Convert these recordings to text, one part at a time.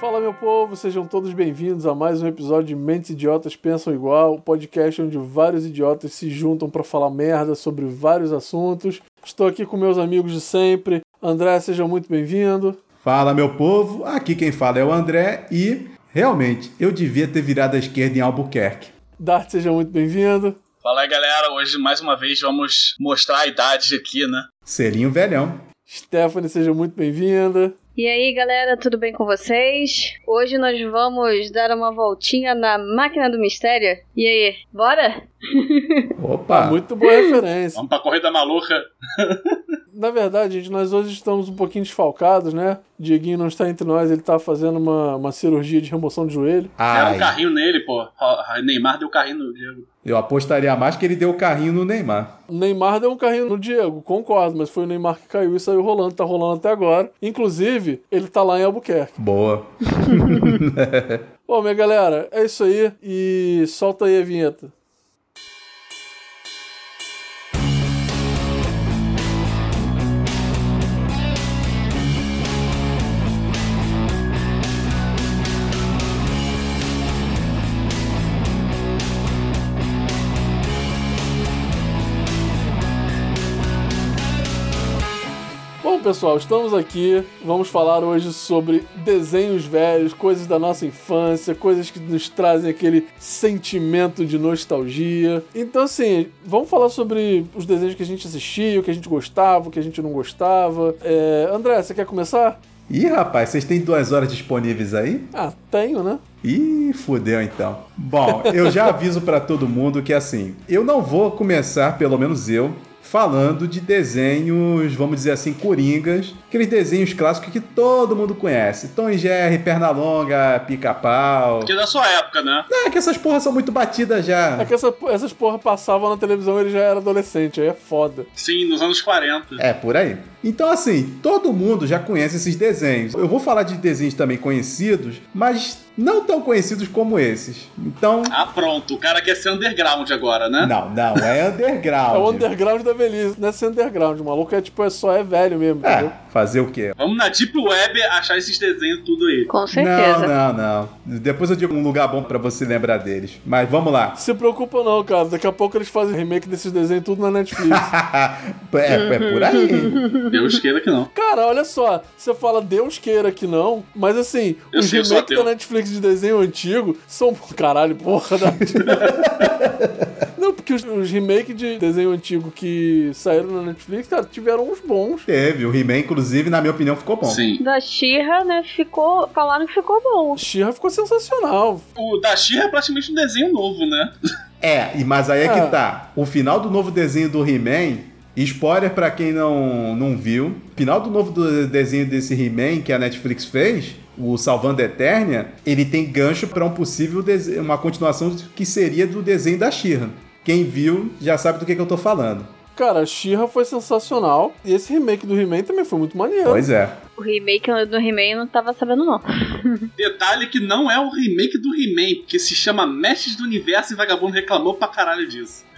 Fala, meu povo, sejam todos bem-vindos a mais um episódio de Mentes Idiotas Pensam Igual, o podcast onde vários idiotas se juntam para falar merda sobre vários assuntos. Estou aqui com meus amigos de sempre. André, seja muito bem-vindo. Fala, meu povo. Aqui quem fala é o André e realmente eu devia ter virado à esquerda em Albuquerque. Dart, seja muito bem-vindo. Fala aí, galera. Hoje, mais uma vez, vamos mostrar a idade aqui, né? Selinho velhão. Stephanie, seja muito bem-vinda. E aí, galera, tudo bem com vocês? Hoje nós vamos dar uma voltinha na máquina do mistério. E aí, bora? É Opa! Muito boa referência. Vamos pra corrida maluca. Na verdade, gente, nós hoje estamos um pouquinho desfalcados, né? Dieguinho não está entre nós, ele está fazendo uma, uma cirurgia de remoção de joelho. Deram um Ai, carrinho nele, pô. A- a Neymar deu carrinho no Diego. eu apostaria mais que ele deu o carrinho no Neymar. O Neymar deu um carrinho no Diego, concordo, mas foi o Neymar que caiu e saiu rolando, tá rolando até agora. Inclusive, ele tá lá em Albuquerque. Boa. Bom, minha galera, é isso aí e solta aí a vinheta. Bom, pessoal, estamos aqui. Vamos falar hoje sobre desenhos velhos, coisas da nossa infância, coisas que nos trazem aquele sentimento de nostalgia. Então, assim, vamos falar sobre os desenhos que a gente assistia, o que a gente gostava, o que a gente não gostava. É, André, você quer começar? Ih, rapaz, vocês têm duas horas disponíveis aí? Ah, tenho, né? Ih, fudeu então. Bom, eu já aviso pra todo mundo que assim, eu não vou começar, pelo menos eu, falando de desenhos, vamos dizer assim, coringas, aqueles desenhos clássicos que todo mundo conhece. Tom e Jerry, Pernalonga, Pica-Pau. Que é da sua época, né? É que essas porras são muito batidas É já. que essa- essas porra passavam na televisão ele já era adolescente, aí é foda. Sim, nos anos 40. É, por aí. Então, assim, todo mundo já conhece esses desenhos. Eu vou falar de desenhos também conhecidos, mas não tão conhecidos como esses. Então. Ah, pronto. O cara quer ser underground agora, né? Não, não, é É o underground. underground da velhice, não é esse underground, o maluco é tipo, é só é velho mesmo, entendeu? É, fazer o quê? Vamos na Deep Web achar esses desenhos tudo aí. Com certeza. Não, não, não. Depois eu digo um lugar bom pra você lembrar deles. Mas vamos lá. Se preocupa não, cara. Daqui a pouco eles fazem remake desses desenhos tudo na Netflix. é, é Uhum. por aí. Deus queira que não. cara, olha só. Você fala Deus queira que não, mas assim, Eu os sei, eu sou remakes da ateu. Netflix de desenho antigo são... Caralho, porra da... Não, porque os, os remakes de desenho antigo que saíram na Netflix, cara, tiveram uns bons. Teve. O He-Man, inclusive, na minha opinião, ficou bom. Sim. Da Xirra, né? Ficou. Falaram que ficou bom. She-Ra ficou sensacional. O da She-Ra é praticamente um desenho novo, né? É, e- mas aí é, Ah. que tá. O final do novo desenho do He-Man, spoiler pra quem não, não viu, final do novo do- desenho desse He-Man que a Netflix fez, o Salvando a Eternia, ele tem gancho pra um possível dese- uma continuação que seria do desenho da She-Ra. Quem viu já sabe do que, que eu tô falando. Cara, She-Ra foi sensacional. E esse remake do He-Man também foi muito maneiro. Pois é. O remake do He-Man eu não tava sabendo, não. Detalhe que não é o remake do He-Man, que se chama Mestres do Universo e Vagabundo reclamou pra caralho disso.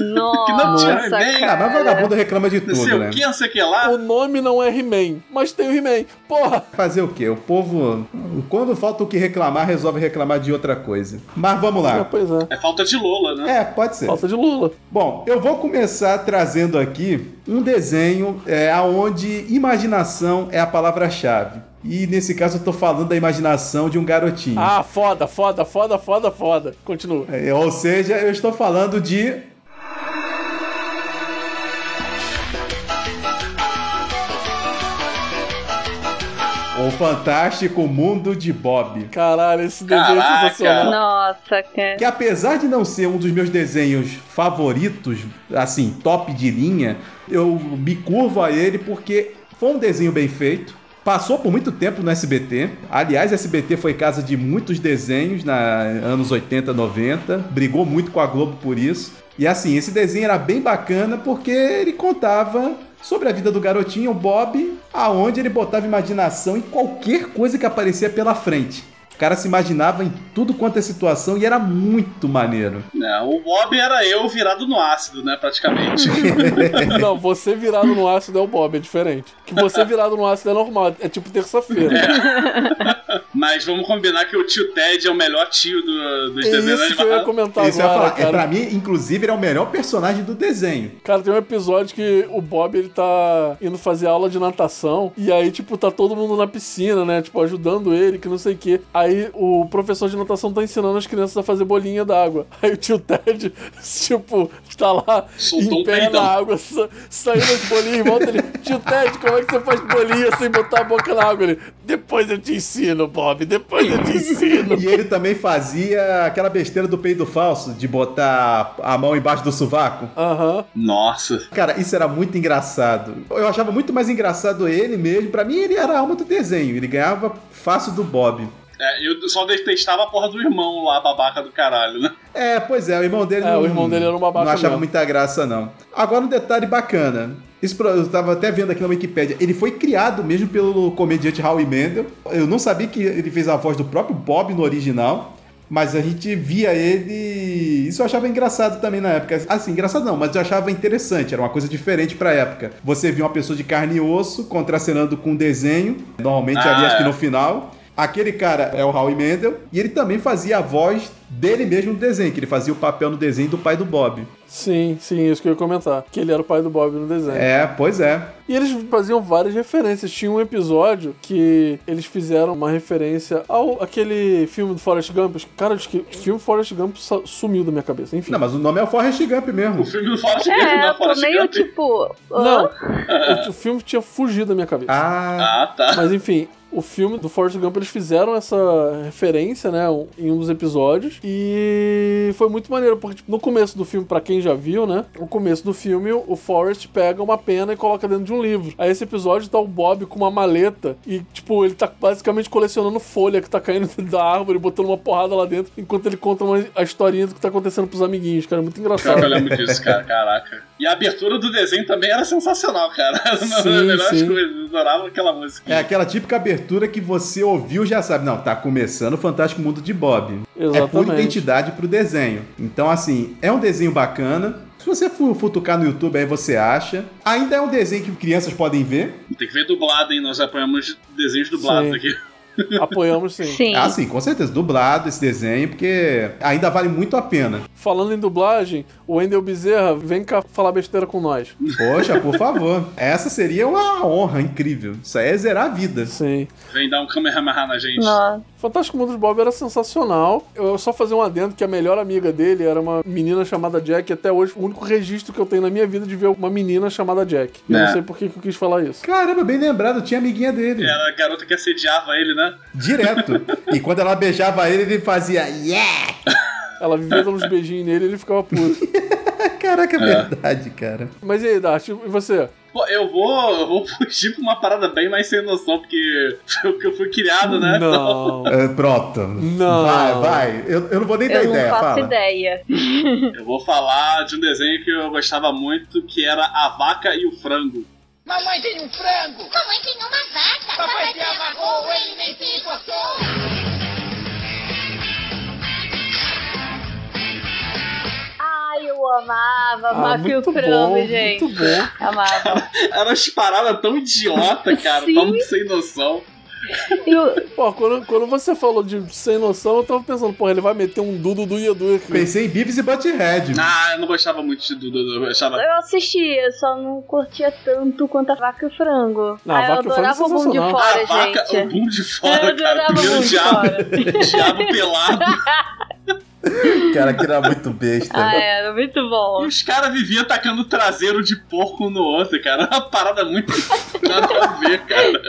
não Nossa, tinha He-Man. Ah, mas cara. vagabundo reclama de Não sei tudo, o né? que, não sei o que lá. O nome não é He-Man, mas tem o He-Man. Porra! Fazer o quê? O povo, quando falta o que reclamar, resolve reclamar de outra coisa. Mas vamos É, lá. pois é. É falta de Lola, né? É, pode ser. Falta de Lula. Bom, eu vou começar trazendo aqui um desenho é, aonde imaginação é a palavra-chave. E nesse caso eu tô falando da imaginação de um garotinho. Ah, foda, foda, foda, foda, foda. Continua. É, ou seja, eu estou falando de. O Fantástico Mundo de Bob. Caralho, esse desenho Caraca. é sensacional. Nossa, cara. Que apesar de não ser um dos meus desenhos favoritos, assim, top de linha, eu me curvo a ele porque foi um desenho bem feito. Passou por muito tempo no SBT. Aliás, SBT foi casa de muitos desenhos na anos 80, 90. Brigou muito com a Globo por isso. E assim, esse desenho era bem bacana porque ele contava sobre a vida do garotinho, o Bob, aonde ele botava imaginação em qualquer coisa que aparecia pela frente. O cara se imaginava em tudo quanto é situação e era muito maneiro. É, o Bob era eu virado no ácido, né? Praticamente. Não, você virado no ácido é o Bob, é diferente. Que você virado no ácido é normal, é tipo terça-feira. Mas vamos combinar que o tio Ted é o melhor tio do, dos É desenhos isso que eu ia animados. comentar Isso eu ia agora, falar. É, cara. pra mim, inclusive, ele é o melhor personagem do desenho. Cara, tem um episódio que o Bob, ele tá indo fazer aula de natação e aí, tipo, tá todo mundo na piscina, né? Tipo, ajudando ele, que não sei o quê. Aí o professor de natação tá ensinando as crianças a fazer bolinha d'água. Aí o tio Ted, tipo, tá lá Soltou em um pé peidão. na água, sa saindo as bolinhas em volta. Ele, tio Ted, como é que você faz bolinha sem botar a boca na água? Ele, depois eu te ensino, Bob, depois eu te ensino. E ele também fazia aquela besteira do peido falso, de botar a mão embaixo do sovaco. Aham. Nossa. Cara, isso era muito engraçado. Eu achava muito mais engraçado ele mesmo. Pra mim, ele era a alma do desenho. Ele ganhava fácil do Bob. É, eu só detestava a porra do irmão lá, babaca do caralho, né? É, pois é, o irmão dele É, o irmão dele era um babaca Não achava mesmo. muita graça, não. Agora um detalhe bacana. Esse pro- eu tava até vendo aqui na Wikipédia. Ele foi criado mesmo pelo comediante Howie Mandel. Eu não sabia que ele fez a voz do próprio Bob no original. Mas a gente via ele. Isso eu achava engraçado também na época. Assim, engraçado não, mas eu achava interessante. Era uma coisa diferente pra época. Você via uma pessoa de carne e osso contracenando com um desenho. Normalmente ali, Ah, acho que é. no final. Aquele cara é o Howie Mandel. E ele também fazia a voz dele mesmo no desenho, que ele fazia o papel no desenho do pai do Bob. Sim, sim, isso que eu ia comentar. Que ele era o pai do Bob no desenho. É, pois é. E eles faziam várias referências. Tinha um episódio que eles fizeram uma referência ao aquele filme do Forrest Gump. Cara, acho que o filme Forrest Gump sa- sumiu da minha cabeça. Enfim. Não, mas o nome é o Forrest Gump mesmo. O filme do Forrest Gump É, não é eu tô Forrest meio Gump. tipo. hã? Não, o- o filme tinha fugido da minha cabeça. Ah, Ah, tá. Mas enfim, o filme do Forrest Gump eles fizeram essa referência, né, um- em um dos episódios e foi muito maneiro porque tipo, no começo do filme, pra quem já viu, né, no começo do filme o Forrest pega uma pena e coloca dentro de um livro. Aí esse episódio tá o Bob com uma maleta e tipo ele tá basicamente colecionando folha que tá caindo da árvore, botando uma porrada lá dentro enquanto ele conta uma, a historinha do que tá acontecendo pros amiguinhos, cara, é muito engraçado. Cara, eu lembro disso, cara, caraca. E a abertura do desenho também era sensacional, cara. Era uma das Sim, melhores sim. coisas. Eu adorava aquela música. é aquela típica abertura que você ouviu e já sabe. Não, tá começando o Fantástico Mundo de Bob. É pura Exatamente. identidade pro desenho. Então, assim, é um desenho bacana. Se você for futucar no YouTube, aí você acha. Ainda é um desenho que crianças podem ver. Tem que ver dublado, hein? Nós apanhamos desenhos dublados Sim. aqui. Apoiamos sim. Sim. Ah, sim, com certeza. Dublado esse desenho, porque ainda vale muito a pena. Falando em dublagem, o Wendel Bezerra vem cá falar besteira com nós. Poxa, por favor. Essa seria uma honra incrível. Isso aí é zerar a vida. Sim. Vem dar um Kamehameha na gente. Nossa. Fantástico Mundo de Bob era sensacional. Eu só fazer um adendo que a melhor amiga dele era uma menina chamada Jack. E até hoje, o único registro que eu tenho na minha vida de ver uma menina chamada Jack. Eu É. não sei por que que eu quis falar isso. Caramba, bem lembrado, tinha amiguinha dele. Era a garota que assediava ele, né? Direto. E quando ela beijava ele, ele fazia yeah! Ela vivia dando uns beijinhos nele e ele ficava puro. Caraca, é É. verdade, cara. Mas e aí, Dart, e você? Pô, eu vou, eu vou fugir pra uma parada bem mais sem noção, porque foi o que eu fui criado, né? Não. É, pronto. Não. Vai, vai. Eu, eu não vou nem dar Eu não ideia, faço fala. ideia. Eu vou falar de um desenho que eu gostava muito, que era A Vaca e o Frango. Mamãe tem um frango! Mamãe tem uma vaca! Papai te amarrou, ele nem se encostou! Ai, eu amava ah, o muito Frango, bom, gente. muito bom. Amava. Era umas paradas tão idiota, cara, Sim. tão sem noção. E o- Pô, quando, quando você falou de sem noção, eu tava pensando, porra, ele vai meter um Dudu do Edu aqui. Pensei em Beavis e Butthead. Ah, eu não gostava muito de Dudu, eu achava. eu assistia, só não curtia tanto quanto a vaca e o frango. Não, Ai, a eu Vaca e o Frango é adorava o bom de sensacional. fora, a vaca, o gente. boom de Eu fora, cara. adorava o Primeiro bom o de diabo, fora. diabo pelado. Cara, que era muito besta. Ah, era muito bom. E os caras viviam atacando o traseiro de porco um no outro, cara. Era uma parada muito nada a ver, cara.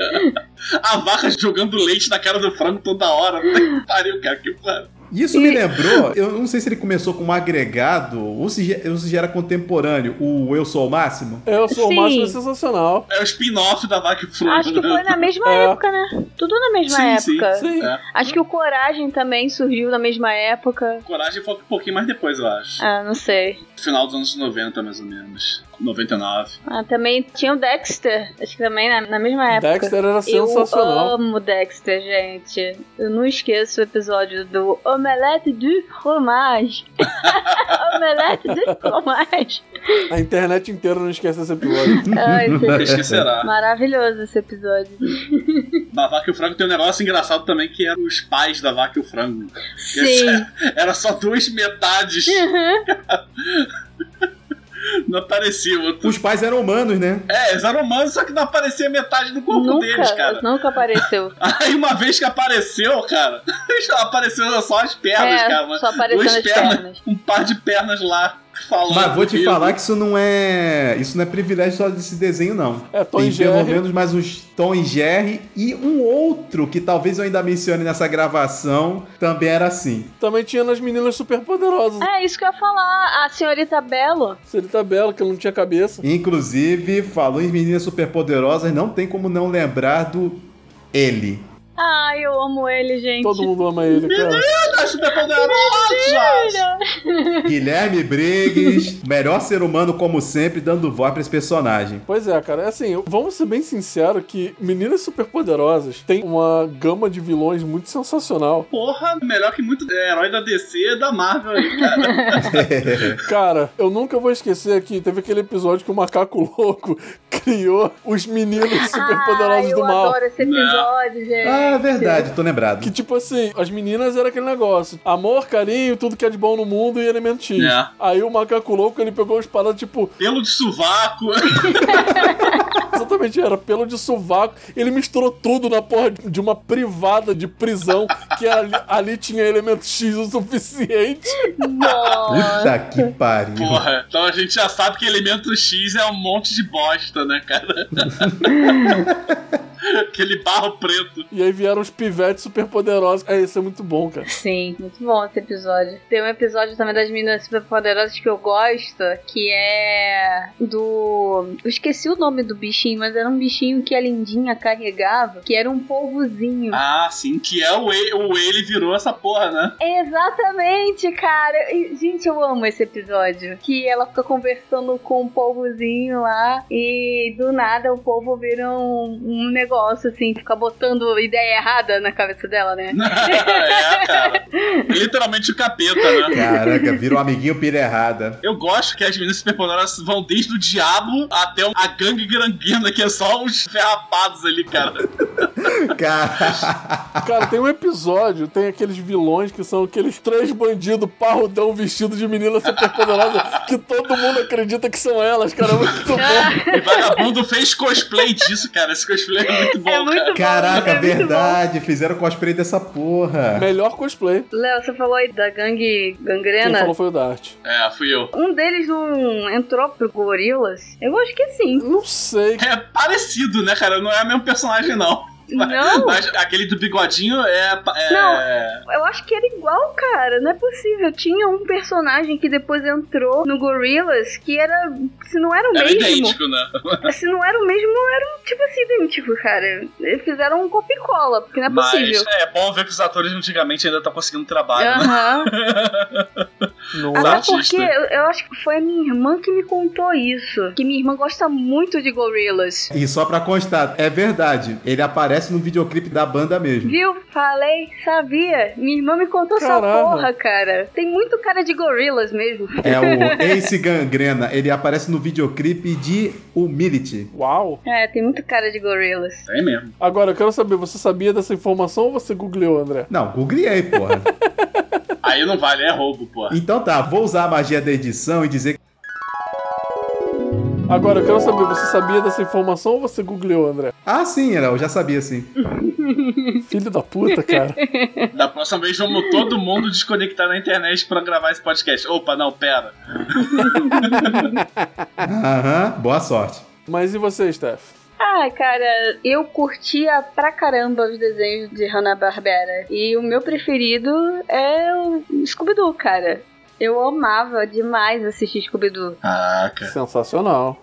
A vaca jogando leite na cara do frango toda hora. Puta que Pariu, cara, que é pariu. Isso me lembrou, eu não sei se ele começou com um agregado ou se, já- ou se já era contemporâneo, o Eu Sou o Máximo. Eu sou o Sim. máximo é sensacional. É o spin-off da vaca e o frango. Acho que foi na mesma É. época, né? Tudo na mesma Sim, época. Sim. É. Acho que o Coragem também surgiu na mesma época. Coragem foi um pouquinho mais depois, eu acho. Ah, não sei. Final dos anos 90, mais ou menos. 99. Ah, também tinha o Dexter, acho que também na, na mesma época. Dexter era sensacional. Eu amo Dexter, gente. Eu não esqueço o episódio do Omelete du Fromage. Omelete du Fromage. A internet inteira não esquece esse episódio. Ai, gente. Esquecerá. Maravilhoso esse episódio. Da vaca e o frango tem um negócio engraçado também que eram os pais da vaca e o frango. Sim. Era só duas metades. Uhum. Não aparecia o outro. Os pais eram humanos, né? É, eles eram humanos, só que não aparecia metade do corpo é um deles, Nunca, cara. nunca apareceu. Aí uma vez que apareceu, cara, apareceu só as pernas, É, cara. mas só aparecendo duas as pernas. Um par de pernas lá falando. Mas vou te vivo. falar que isso não é. Isso não é privilégio só desse desenho, não. É, Tom Tem e pelo Jerry. menos mais uns Tom e Jerry e um outro que talvez eu ainda mencione nessa gravação também era assim. Também tinha nas meninas superpoderosas. É isso que eu ia falar. A senhorita Belo. Se ele tá belo, que ele não tinha cabeça. Inclusive, falou em meninas superpoderosas, não tem como não lembrar do ele. Ai, eu amo ele, gente. Todo mundo ama ele, cara. Ah, superpoderosas! Guilherme Briggs, melhor ser humano como sempre, dando voz pra esse personagem. Pois é, cara. É assim, eu- vamos ser bem sinceros que Meninas Superpoderosas tem uma gama de vilões muito sensacional. Porra, melhor que muito é, herói da DC e da Marvel aí, cara. Cara, eu nunca vou esquecer que teve aquele episódio que o Macaco Louco criou os Meninos Superpoderosos Ai, do Ah, Eu Mal. adoro esse episódio, gente. ah, verdade, tô lembrado. Que tipo assim, as meninas era aquele negócio: amor, carinho, tudo que é de bom no mundo e elemento X. É. Aí o macaco louco ele pegou as paradas, tipo, Pelo de sovaco. exatamente era pelo de sovaco. Ele misturou tudo na porra de uma privada de prisão, que ali, ali tinha elemento X o suficiente. Nossa. Puta que pariu. Porra, então a gente já sabe que elemento X é um monte de bosta, né, cara? Aquele barro preto. E aí vieram os pivetes superpoderosos. É, isso é muito bom, cara. Sim, muito bom esse episódio. Tem um episódio também das meninas superpoderosas que eu gosto, que é do. Eu esqueci o nome do bichinho, mas era um bichinho que a lindinha carregava, que era um polvozinho. Ah, sim, que é o ele, o ele virou essa porra, né? Exatamente, cara. E, gente, eu amo esse episódio. Que ela fica conversando com o povozinho lá e do nada o povo vira um, um negócio assim, fica botando ideia errada na cabeça dela, né? é, cara. Literalmente o capeta, né? Caraca, virou amiguinho pira errada. Eu gosto que as meninas superpoderosas vão desde o diabo até a gangue granguina, que é só os ferrapados ali, cara. Cara. Cara, tem um episódio, tem aqueles vilões que são aqueles três bandidos parrudão vestidos de menina superpoderosa que todo mundo acredita que são elas, cara. É muito bom. E vagabundo fez cosplay disso, cara. Esse cosplay é muito bom, É cara. muito bom. Caraca, é muito verdade. Fizeram cosplay dessa porra. Melhor cosplay. bom. Léo, você falou aí da gangue Quem gangrena. falou foi o Dart. É, fui eu. Um deles não entrou pro gorilas? Eu acho que sim. Não sei. É parecido, né, cara? Não é o mesmo personagem, não. Não? Mas aquele do bigodinho é. é- Não. Eu acho que era igual, cara. Não é possível. Tinha um personagem que depois entrou no Gorillaz que era. Se não era o Era mesmo. idêntico, né? Se não era o mesmo, era um tipo assim idêntico, cara. Eles fizeram um copo e cola, porque não é Mas possível. é bom ver que os atores antigamente ainda estão conseguindo trabalho, né? Aham. Não Ah, dá. Até artistas. porque eu, eu acho que foi a minha irmã que me contou isso. Que minha irmã gosta muito de Gorillaz. E só pra constar, é verdade. Ele aparece no videoclipe da banda mesmo. Viu? Falei, sabia. Minha irmã me contou essa Caralho. porra, cara. Tem muito cara de gorilas mesmo. É o Ace Gangrena. Ele aparece no videoclipe de Humility. Uau! É, tem muito cara de gorilas. Tem É mesmo. Agora, eu quero saber, você sabia dessa informação ou você googleou, André? Não, googleei, porra. Aí não vale, é roubo, pô. Então tá, vou usar a magia da edição e dizer que Agora, eu quero saber, você sabia dessa informação ou você googleou, André? Ah, sim, era, eu já sabia sim. Filho da puta, cara. Da próxima vez vamos todo mundo desconectar na internet pra gravar esse podcast. Opa, não, pera. Aham, boa sorte. Mas e você, Steph? Ah, cara, eu curtia pra caramba os desenhos de Hanna-Barbera. E o meu preferido é o Scooby-Doo, cara. Eu amava demais assistir Scooby-Doo. Caraca. Sensacional.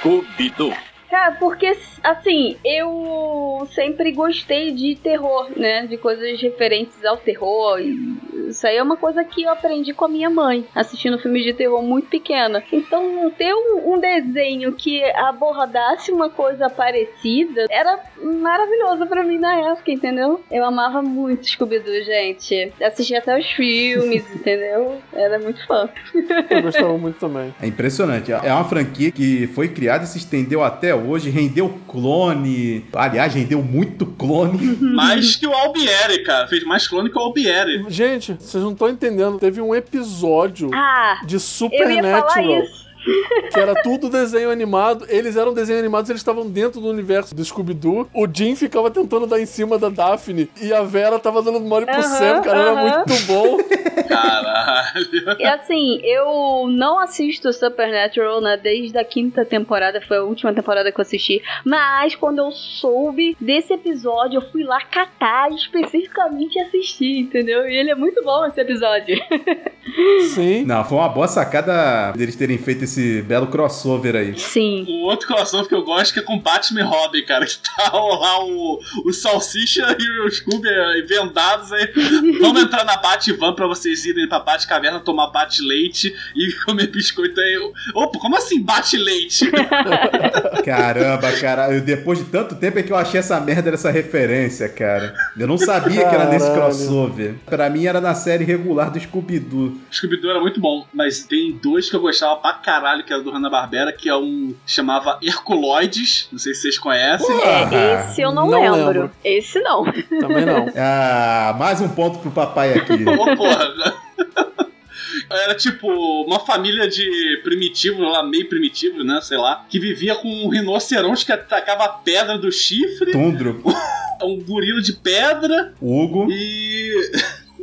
Scooby-Doo. Cara, porque, assim, eu sempre gostei de terror, né? De coisas referentes ao terror. e Isso aí é uma coisa que eu aprendi com a minha mãe, assistindo filmes de terror muito pequena. Então, ter um, um desenho que abordasse uma coisa parecida era maravilhoso pra mim na época, entendeu? Eu amava muito Scooby-Doo, gente. Assistia até os filmes, entendeu? Era muito fã. Eu gostava muito também. É impressionante. É uma franquia que foi criada e se estendeu até hoje, rendeu clone. Aliás, rendeu muito clone. Mais que o Albieri, cara. Fez mais clone que o Albieri. Gente, vocês não estão entendendo. Teve um episódio Ah, de eu ia falar Supernatural. isso. que era tudo desenho animado. Eles eram desenho animados, eles estavam dentro do universo do Scooby-Doo. O Jim ficava tentando dar em cima da Daphne e a Vera tava dando mole pro Aham, Sam, cara, era aham. muito bom. Caralho. E assim, eu não assisto Supernatural, né? Desde a quinta temporada, foi a última temporada que eu assisti. Mas quando eu soube desse episódio, eu fui lá catar e especificamente assistir, entendeu? E ele é muito bom esse episódio. Sim. Não, foi uma boa sacada deles terem feito esse belo crossover aí. Sim. O outro crossover que eu gosto que é com Batman e Robin, cara. Que tá lá o, o Salsicha e o Scooby eh, vendados aí. Vamos entrar na Batvan pra vocês irem pra Batcaverna tomar Bat-leite e comer biscoito aí. Opa, como assim Bat-leite? Caramba, cara, eu, depois de tanto tempo é que eu achei essa merda dessa referência, cara. Eu não sabia que era desse Caralho. crossover. Pra mim era na série regular do Scooby-Doo. Scooby-Doo era muito bom, mas tem dois que eu gostava pra caralho, que era do Hanna-Barbera, que é um... chamava Herculoides, não sei se vocês conhecem. é Ah, Esse eu não, não lembro. lembro. Esse não. Também não. Ah, mais um ponto pro papai aqui. Ô, porra. Era tipo uma família de primitivo, lá, meio primitivo, né? Sei lá, que vivia com um rinoceronte que atacava a pedra do chifre, Tundro, um gorila de pedra Hugo. e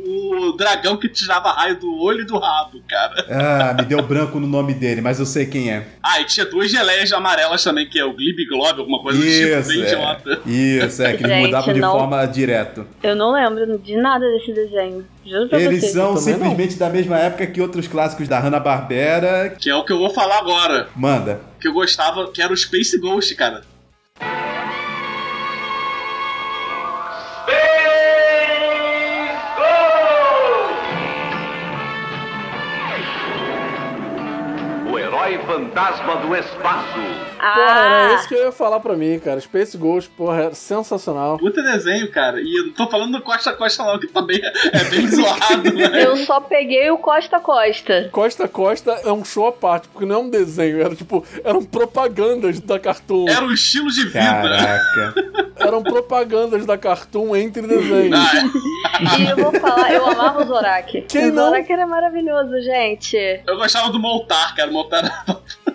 o dragão que tirava raio do olho e do rabo, cara. Ah, me deu branco no nome dele, mas eu sei quem é. Ah, e tinha duas geleias amarelas também, que é o Glib Glob, alguma coisa do tipo, Isso, bem idiota. é. Isso, é, que eles Gente, mudavam de não. forma direto. Eu não lembro de nada desse desenho. Juro pra Eles vocês. são Eu também não. simplesmente da mesma época que outros clássicos da Hanna-Barbera. Que é o que eu vou falar agora. Manda. Que eu gostava, que era o Space Ghost, cara. O herói fantasma do espaço. Porra, era Ah, isso que eu ia falar pra mim, cara. Space Ghost, porra, era sensacional. Puta desenho, cara. E eu não tô falando do Costa a Costa, não, que também é é bem zoado, né? eu só peguei o Costa a Costa. Costa a Costa é um show à parte, porque não é um desenho, era tipo, eram propagandas da Cartoon. Era um estilo de vida. Caraca. Eram propagandas da Cartoon entre desenhos. Ah, E eu vou falar, eu amava o Zorak. Quem o não? Zorak era maravilhoso, gente. eu gostava do Moltar, cara. Moltar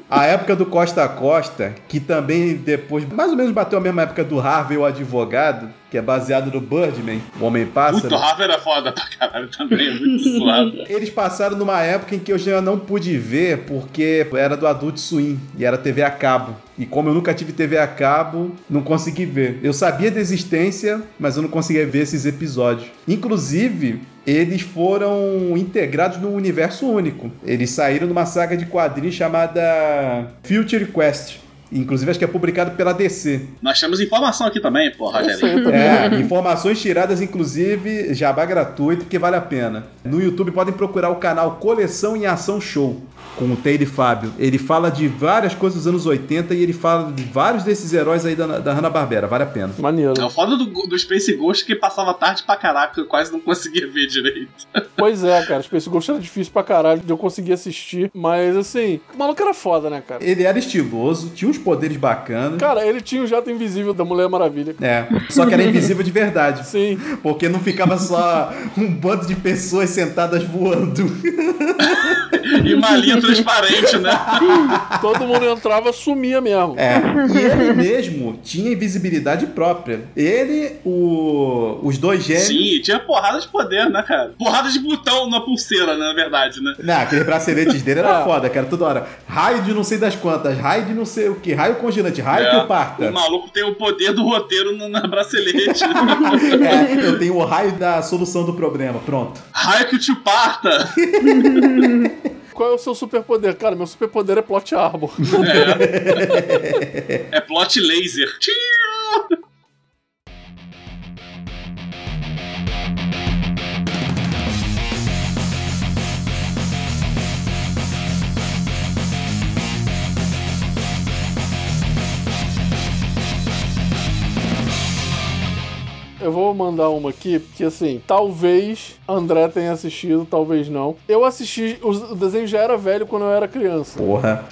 A época do Costa a Costa, que também depois, mais ou menos bateu a mesma época do Harvey, o advogado, que é baseado no Birdman, o Puta, o Homem-Pássaro. Rafa era foda pra caralho também. É muito zoado. Eles passaram numa época em que eu já não pude ver porque era do Adult Swim e era TV a cabo. E como eu nunca tive TV a cabo, não consegui ver. Eu sabia da existência, mas eu não conseguia ver esses episódios. Inclusive, eles foram integrados num universo único. Eles saíram numa saga de quadrinhos chamada Future Quest. Inclusive, acho que é publicado pela DC. Nós temos informação aqui também, porra, Isso aí galera. eu também. É, informações tiradas, inclusive, jabá gratuito, porque vale a pena. No YouTube podem procurar o canal Coleção em Ação Show, com o Teire Fábio. Ele fala de várias coisas dos anos 80 e ele fala de vários desses heróis aí da, da Hanna-Barbera, vale a pena. Maneiro. É o foda do, do Space Ghost que passava tarde pra caraca, eu quase não conseguia ver direito. Pois é, cara, Space Ghost era difícil pra caralho de eu conseguir assistir, mas assim, o maluco era foda, né, cara? Ele era estiloso, tinha uns poderes bacanas. Cara, ele tinha o jato invisível da Mulher Maravilha. É, só que era invisível de verdade. Sim, Porque não ficava só um bando de pessoas sentadas voando. E uma linha transparente, né? todo mundo entrava, sumia mesmo. É. E ele mesmo tinha invisibilidade própria. Ele, o, os dois gêmeos. Sim, tinha porrada de poder, né, cara? Porrada de botão na pulseira, na verdade, né? Não, aqueles braceletes dele era Ah. foda, cara, toda hora. Raio de não sei das quantas, raio de não sei o que, raio congelante, raio É. que eu parta. O maluco tem o poder do roteiro no- na bracelete. É, eu tenho o raio da solução do problema, pronto. Raio que te parta! Qual é o seu superpoder? Cara, meu superpoder é plot armor. É plot laser. Tiro! Eu vou mandar uma aqui, porque assim, talvez André tenha assistido, talvez não. Eu assisti, o o desenho já era velho quando eu era criança, Porra.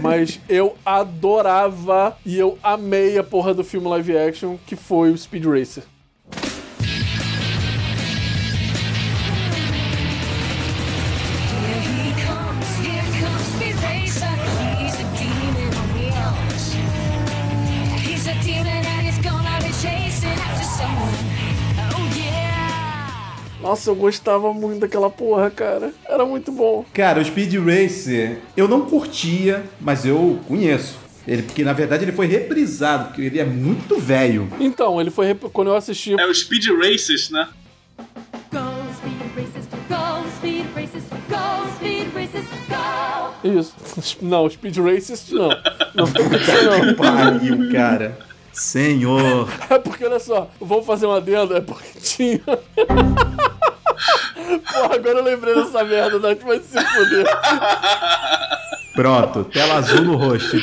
mas eu adorava e eu amei a porra do filme live action, que foi o Speed Racer. Here he comes, here comes Speed Racer. He's a demon on wheels. He's a demon and he's gonna be chasing after someone. Oh yeah! Nossa, eu gostava muito daquela porra, cara. Era muito bom. Cara, o Speed Racer, eu não curtia, mas eu conheço. Ele, porque na verdade ele foi reprisado, porque ele é muito velho. Então, ele foi. rep- Quando eu assisti, É o Speed Racers, né? Go speed races, go speed races, go speed races, go! Isso. Não, Speed Racist não. Não foi isso, Pariu, cara. Senhor. não. É porque, olha só, vou fazer uma adendo, é porque tinha. Porra, agora eu lembrei dessa merda, Nath, vai se fuder. Pronto, tela azul no roxo.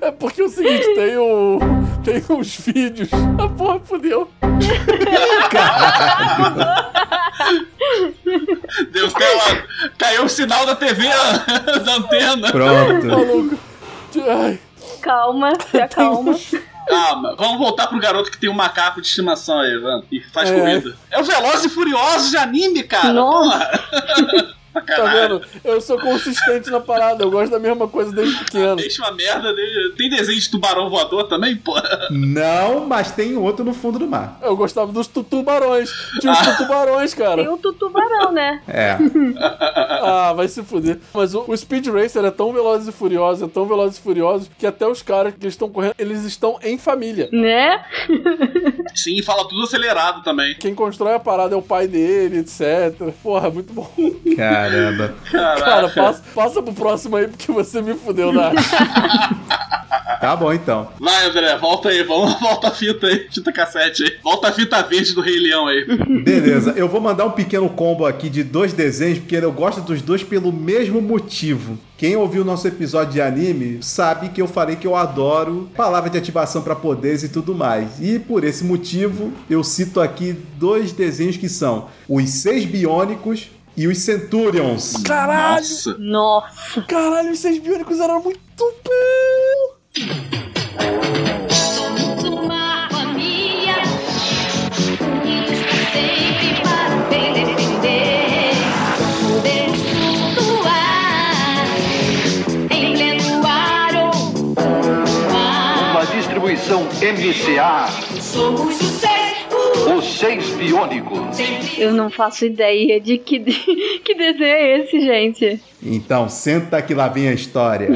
É porque é o seguinte, tem o. Tem uns vídeos. A porra fudeu. Deu tela. Caiu o sinal da TV, a- da antena. Pronto. Maluco. tá Ai, Calma, se acalma. Calma, vamos voltar pro garoto que tem um macaco de estimação aí, mano. E faz É. comida. É o Veloz e Furioso de anime, cara. Nossa. tá vendo? Eu sou consistente na parada, eu gosto da mesma coisa desde pequeno. Deixa uma merda. né? Tem desenho de tubarão voador também, pô. Não, mas tem outro no fundo do mar. Eu gostava dos tutubarões. Tinha os tutubarões, cara. Tem o tutubarão, né? É. Ah, vai se fuder. Mas o, o Speed Racer é tão veloz e furioso, é tão veloz e furioso, que até os caras que estão correndo, eles estão em família. Né? Sim, fala tudo acelerado também. Quem constrói a parada é o pai dele, etc. Porra, muito bom. Caramba. Cara, passa, passa pro próximo aí, porque você me fudeu, né? Nath. Tá bom então. Vai, André, volta aí, vamos, volta a fita aí, fita cassete aí. Volta a fita verde do Rei Leão aí. Beleza, eu vou mandar um pequeno combo aqui de dois desenhos, porque eu gosto dos dois pelo mesmo motivo. Quem ouviu o nosso episódio de anime sabe que eu falei que eu adoro palavra de ativação para poderes e tudo mais. E por esse motivo, eu cito aqui dois desenhos que são os Seis Biônicos e os Centurions. Caralho, Nossa. Nossa. caralho, os seis biônicos eram muito bom. Somos uma família, unidos pra sempre para o bem defender, poder flutuar em pleno ar ou no mar. Uma distribuição MCA, Somos o ser, o os seis biônicos. Eu não faço ideia de que, que desenho é esse, gente. Então, senta que lá vem a história.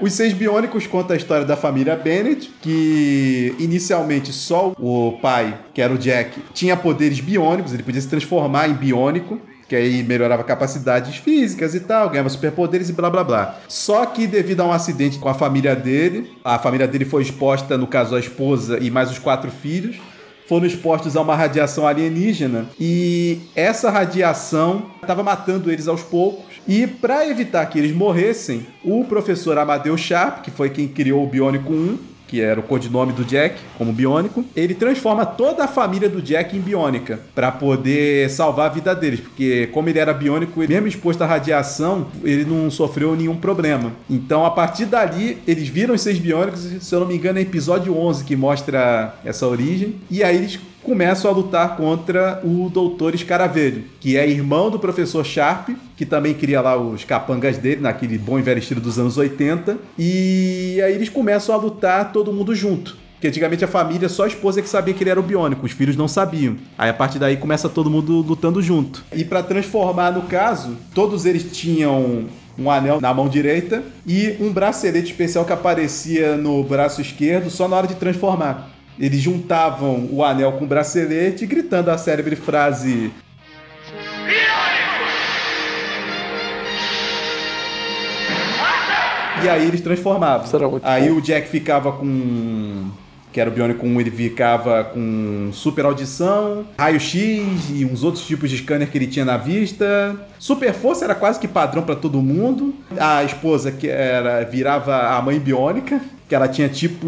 Os Seis Biônicos conta a história da família Bennett, que inicialmente só o pai, que era o Jack, tinha poderes biônicos, ele podia se transformar em biônico. Que aí melhorava capacidades físicas e tal, ganhava superpoderes e blá blá blá. Só que devido a um acidente com a família dele, a família dele foi exposta, no caso a esposa e mais os quatro filhos, foram expostos a uma radiação alienígena e essa radiação estava matando eles aos poucos. E para evitar que eles morressem, o professor Amadeus Sharp, que foi quem criou o Biônico 1, que era o codinome do Jack como Biônico, ele transforma toda a família do Jack em Biônica para poder salvar a vida deles, porque como ele era Biônico, ele mesmo exposto à radiação, ele não sofreu nenhum problema. Então a partir dali, eles viram os seis Biônicos, se eu não me engano é episódio 11 que mostra essa origem, e aí eles começam a lutar contra o Doutor Escaravelho, que é irmão do professor Sharp, que também cria lá os capangas dele, naquele bom e velho estilo dos anos 80. E aí eles começam a lutar todo mundo junto. Porque antigamente a família, só a esposa que sabia que ele era o biônico, os filhos não sabiam. Aí a partir daí começa todo mundo lutando junto. E pra transformar, no caso, todos eles tinham um anel na mão direita e um bracelete especial que aparecia no braço esquerdo só na hora de transformar. Eles juntavam o anel com o bracelete, gritando a célebre frase: E aí eles transformavam. Isso era muito aí bom. o Jack ficava com. Que era o Bionic 1, ele ficava com super audição, raio-x e uns outros tipos de scanner que ele tinha na vista. Super força era quase que padrão pra todo mundo. A esposa que era virava a mãe biônica, que ela tinha tipo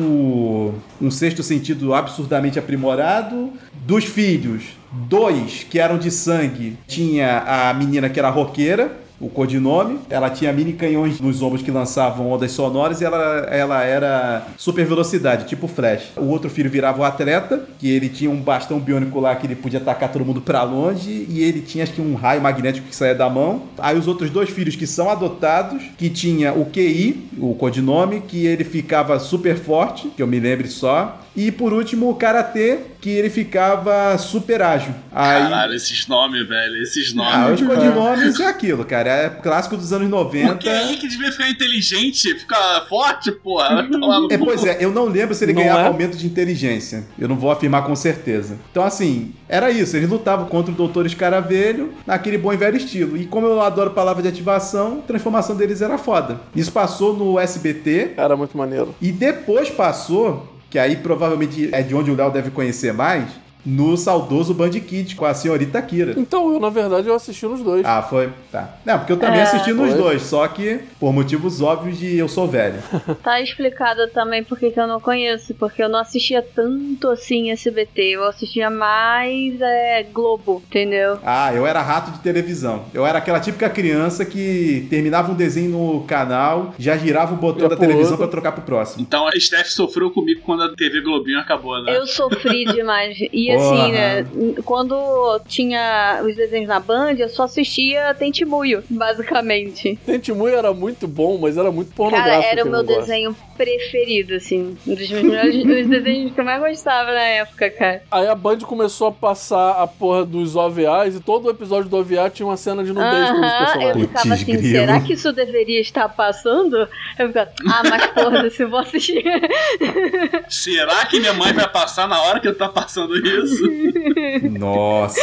um sexto sentido absurdamente aprimorado. Dos filhos, dois que eram de sangue, tinha a menina que era roqueira, o codinome. Ela tinha mini canhões nos ombros que lançavam ondas sonoras e ela, ela era super velocidade, tipo Flash. O outro filho virava o atleta, que ele tinha um bastão biônico lá que ele podia atacar todo mundo pra longe e ele tinha acho que um raio magnético que saía da mão. Aí os outros dois filhos que são adotados, que tinha o QI, o codinome, que ele ficava super forte, que eu me lembre só. E por último, o Karatê, que ele ficava super ágil. Aí... Caralho, esses nomes, velho. Esses Ah, os nomes. codinomes é aquilo, cara. É clássico dos anos Por que 90. aí que devia ficar inteligente? Ficar forte, porra. Vai tomar no É, cu. pois é, eu não lembro se ele Não ganhava é? aumento de inteligência. Eu não vou afirmar com certeza. Então, assim, era isso. Eles lutavam contra o Doutor Escaravelho naquele bom e velho estilo. E como eu adoro palavra de ativação, a transformação deles era foda. Isso passou no SBT Era muito maneiro. e depois passou, que aí provavelmente é de onde o Léo deve conhecer mais, no saudoso Band Kids com a senhorita Kira. Então, eu, na verdade, eu assisti nos dois. Ah, foi? Tá. Não, porque eu também assisti É, nos Foi. dois, só que por motivos óbvios de eu sou velho. Tá explicado também porque que eu não conheço, porque eu não assistia tanto assim SBT, eu assistia mais é, Globo, entendeu? Ah, eu era rato de televisão. Eu era aquela típica criança que terminava um desenho no canal, já girava o botão Ia da pro televisão outro. pra trocar pro próximo. Então a Steph sofreu comigo quando a TV Globinho acabou, né? Eu sofri demais. E Porra. assim, né? Quando tinha os desenhos na Band, eu só assistia Tentibuio, basicamente. Tentimuia era muito bom, mas era muito pornográfico. Cara, era o aquele meu negócio. desenho preferido, assim. Um dos meus melhores dos desenhos que eu mais gostava na época, cara. Aí a Band começou a passar a porra dos OVAs e todo episódio do OVA tinha uma cena de nudez com os Aham, eu personagens. ficava Putz, assim, grilo. será que isso deveria estar passando? Eu ficava, ah, mas porra, se eu vou assistir. Será que minha mãe vai passar na hora que eu tá passando isso? Nossa.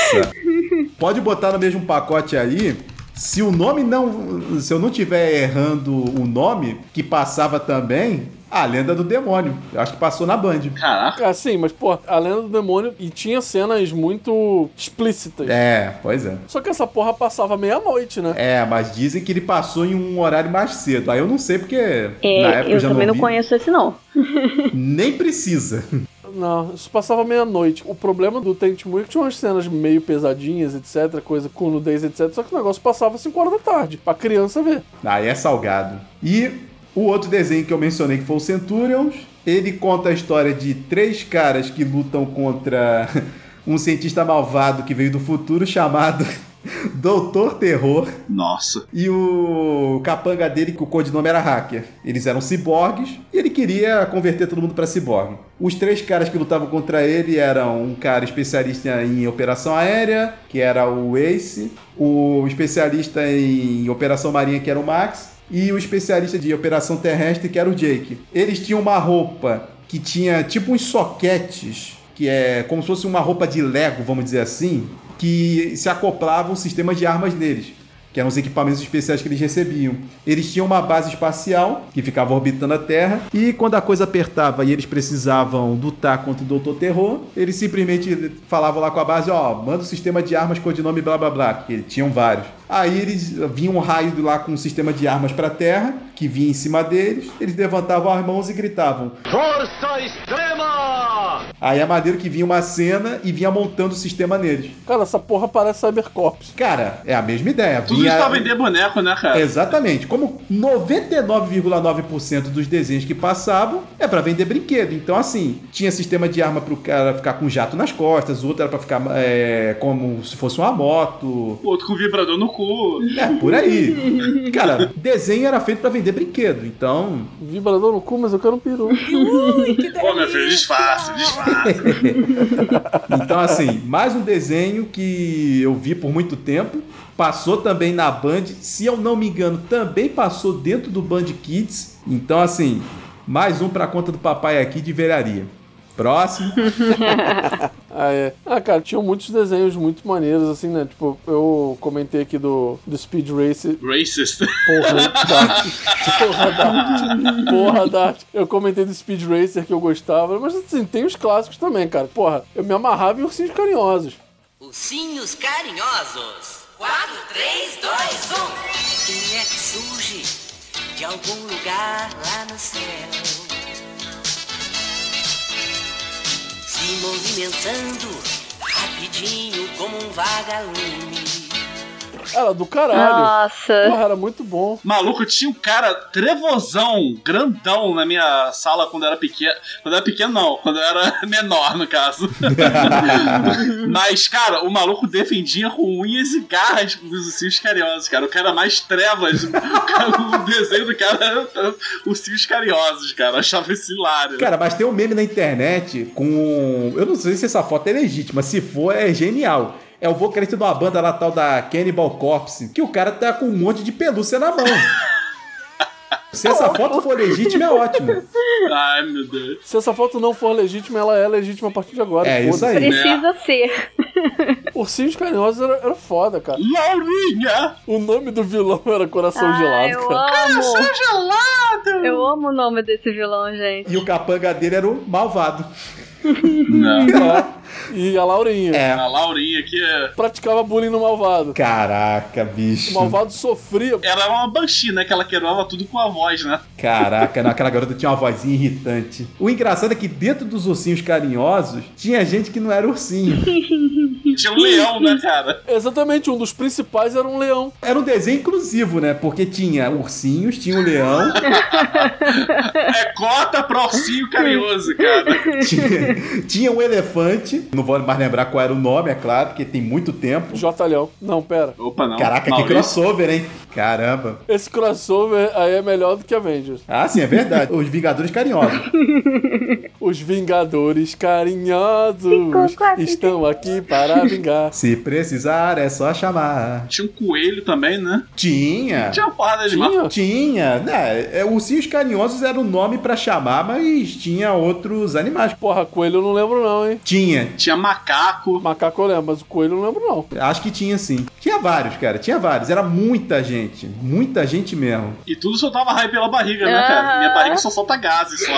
Pode botar no mesmo pacote aí. Se o nome não. Se eu não tiver errando o nome, que passava também, a lenda do demônio. Eu acho que passou na Band. Caraca. Ah, sim, mas, porra, a lenda do demônio e tinha cenas muito explícitas. É, pois é. Só que essa porra passava meia-noite, né? É, mas dizem que ele passou em um horário mais cedo. Aí eu não sei porque na É, época eu já também não, vi. conheço esse, não. Nem precisa. Não, isso passava meia-noite. O problema do Tentimuia é que tinha umas cenas meio pesadinhas, etc, coisa com nudez, etc. Só que o negócio passava 5 horas da tarde, pra criança ver. Aí é salgado. E o outro desenho que eu mencionei que foi o Centurions, ele conta a história de três caras que lutam contra um cientista malvado que veio do futuro chamado Doutor Terror Nossa. e o capanga dele que o codinome era Hacker. Eles eram ciborgues e ele queria converter todo mundo pra ciborgue. Os três caras que lutavam contra ele eram um cara especialista em operação aérea, que era o Ace, o especialista em operação marinha, que era o Max, e o especialista de operação terrestre, que era o Jake. Eles tinham uma roupa que tinha tipo uns soquetes, que é como se fosse uma roupa de Lego, vamos dizer assim, que se acoplavam sistemas de armas neles que eram os equipamentos especiais que eles recebiam. Eles tinham uma base espacial que ficava orbitando a Terra, e quando a coisa apertava e eles precisavam lutar contra o Doutor Terror, eles simplesmente falavam lá com a base, ó, manda o sistema de armas codinome blá blá blá, que tinham vários. Aí eles vinham um raio de lá com um sistema de armas para a Terra, que vinha em cima deles, eles levantavam as mãos e gritavam, Força extrema! Aí é maneiro que vinha uma cena e vinha montando o sistema neles. Cara, essa porra parece Cybercops. Cara, é a mesma ideia. Tudo vinha... isso pra vender boneco, né, cara? Exatamente. Como 99,9% dos desenhos que passavam é pra vender brinquedo. Então, assim, tinha sistema de arma pro cara ficar com jato nas costas, o outro era pra ficar é, como se fosse uma moto. O outro com vibrador no cu. É, por aí. Cara, desenho era feito pra vender brinquedo. Então, Vibrador no cu, mas eu quero um peru. Pô, meu filho, disfarce, disfarce. Então, assim, mais um desenho que eu vi por muito tempo. Passou também na Band. Se eu não me engano, também passou dentro do Band Kids. Então, assim, mais um pra conta do papai aqui de velharia. Próximo. Ah, é. Ah, cara, tinham muitos desenhos muito maneiros, assim, né? Tipo, eu comentei aqui do, do Speed Race. Racist. Porra, Dart. Porra, Dart. Porra, Dart. Eu comentei do Speed Racer que eu gostava. Mas, assim, tem os clássicos também, cara. Porra, eu me amarrava em Ursinhos Carinhosos. Ursinhos carinhosos. 4, 3, 2, 1. Quem é que surge de algum lugar lá no céu? Se movimentando rapidinho como um vagalume. Era do caralho. Nossa. Porra, era muito bom. Maluco, tinha um cara trevosão, grandão na minha sala quando eu era pequeno. Quando eu era pequeno, não, quando eu era menor, no caso. Mas, cara, o maluco defendia com unhas e garras os ursinhos carinhosos, cara. O cara mais trevas. O, cara- o desenho do cara era ursinhos carinhosos, cara. Eu achava isso hilário. Cara, mas tem um meme na internet com. um- Eu não sei se essa foto é legítima. Se for, é genial. É o vocalista de uma banda lá tal da Cannibal Corpse, que o cara tá com um monte de pelúcia na mão. se essa foto for legítima, é ótimo. Ai, meu Deus. Se essa foto não for legítima, ela é legítima a partir de agora. É isso foda-se. aí. Precisa ser. Ursinhos Carinhosos era, era foda, cara. Laurinha! O nome do vilão era Coração Ah, Gelado, eu cara. amo. Gelado! Eu amo o nome desse vilão, gente. E o capanga dele era o malvado. Não. E a Laurinha. É. A Laurinha que é- Praticava bullying no malvado. Caraca, O bicho. malvado sofria. Ela era uma banshee, né? Que ela quebrava tudo com a voz, né? Caraca, não, aquela garota tinha uma vozinha irritante. O engraçado é que dentro dos ursinhos carinhosos, tinha gente que não era ursinho. Tinha um leão, né, cara? Exatamente, um dos principais era um leão. Era um desenho inclusivo, né? Porque tinha ursinhos, tinha o leão, É cota pro ursinho carinhoso, cara. tinha, tinha um elefante. Não vou mais lembrar qual era o nome, é claro, porque tem muito tempo. J Leão. Não, pera. Opa, não. Caraca, que Maurício. crossover, hein? Caramba. Esse crossover aí é melhor do que Avengers. Ah, sim, é verdade. Os Vingadores Carinhosos. Os Vingadores Carinhosos Ficou quase estão aqui para vingar. Se precisar, é só chamar. Tinha um coelho também, né? Tinha. Tinha uma porrada de Tinha? mapa. Tinha, né? é, Ursinhos Carinhosos era o nome pra chamar, mas tinha outros animais. Porra, coelho eu não lembro não, hein? Tinha. Tinha macaco. Macaco eu lembro, mas o coelho eu não lembro não. Acho que tinha sim. Tinha vários, cara. Tinha vários. Era muita gente. Muita gente mesmo. E tudo soltava raio pela barriga, né, cara? Aham. Minha barriga só solta gases só.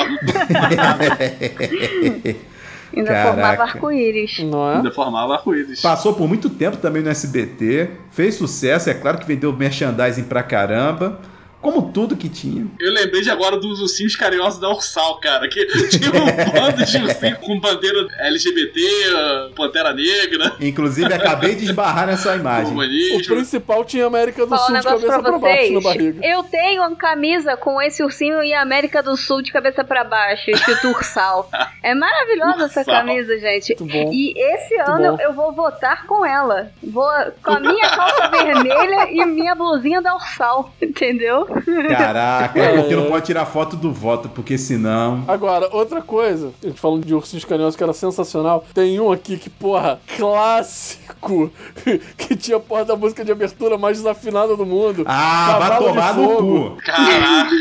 Ainda Caraca. formava arco-íris. Não é? Ainda formava arco-íris. Passou por muito tempo também no SBT. Fez sucesso. É claro que vendeu merchandising pra caramba. Como tudo que tinha. Eu lembrei de agora dos ursinhos carinhosos da Ursal, cara. Que tinha um bando de ursinho com bandeira LGBT, eh, pantera negra, Inclusive, acabei de esbarrar nessa imagem. O comunismo. principal tinha América do Falar um Sul de negócio cabeça pra pra baixo na vocês. barriga. Eu tenho uma camisa com esse ursinho e América do Sul de cabeça pra baixo, escrito Ursal. É maravilhosa essa Ursal. camisa, gente. Muito bom. E esse Muito ano bom. eu vou votar com ela. Vou com a minha calça vermelha e minha blusinha da Ursal, entendeu? Caraca, é porque não pode tirar foto do voto, porque senão. Agora, outra coisa, a gente falando de ursinhos carinhosos que era sensacional, tem um aqui que, porra, clássico, que tinha, porra, da música de abertura mais desafinada do mundo. Ah, vai Cavalo de tomar fogo. no cu.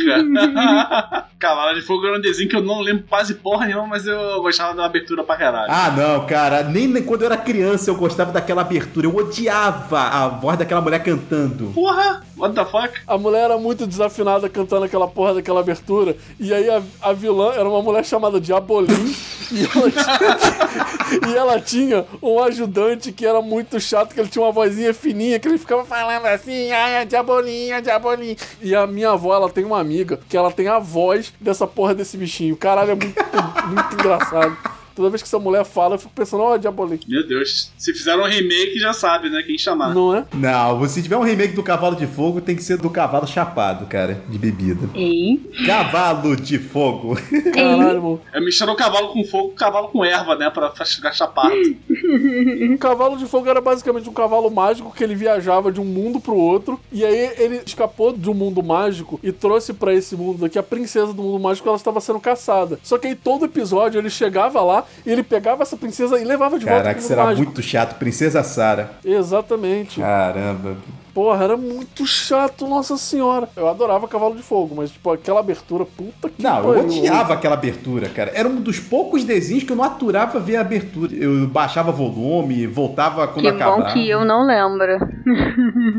Caraca! Cavalo de Fogo era um desenho que eu não lembro quase porra nenhuma, mas eu gostava da abertura pra caralho. Ah, não, cara. Nem nem quando eu era criança eu gostava daquela abertura. Eu odiava a voz daquela mulher cantando. Porra! What the fuck? A mulher era muito desafinada cantando aquela porra daquela abertura, e aí a, a vilã era uma mulher chamada Diabolim, e ela, tinha, e ela tinha um ajudante que era muito chato, que ele tinha uma vozinha fininha, que ele ficava falando assim, ai, a Diabolim, a Diabolim. é E a minha avó, ela tem uma amiga, que ela tem a voz dessa porra desse bichinho. Caralho, é muito, muito engraçado. Toda vez que essa mulher fala, eu fico pensando, ó, Diabolim. Meu Deus. Se fizeram um remake, já sabe, né? Quem chamar. Não é? Não, se tiver um remake do Cavalo de Fogo, tem que ser do Cavalo Chapado, cara, de bebida. Ei. Cavalo de Fogo. Caralho, mano. Eu É misturou o cavalo com fogo com o cavalo com erva, né? Pra, pra ficar chapado. Hum. Um cavalo de fogo era basicamente um cavalo mágico que ele viajava de um mundo pro outro. E aí ele escapou de um mundo mágico e trouxe pra esse mundo daqui a princesa do mundo mágico. Ela estava sendo caçada. Só que aí todo episódio ele chegava lá e ele pegava essa princesa e levava de volta Caraca, pro isso mundo era mágico. muito chato. Princesa Sara. Exatamente. Caramba. Porra, era muito chato, nossa senhora. Eu adorava Cavalo de Fogo, mas, tipo, aquela abertura, puta que Não, eu pariu. odiava aquela abertura, cara. Era um dos poucos desenhos que eu não aturava ver a abertura. Eu baixava volume, voltava quando Que acabava. bom que eu não lembro.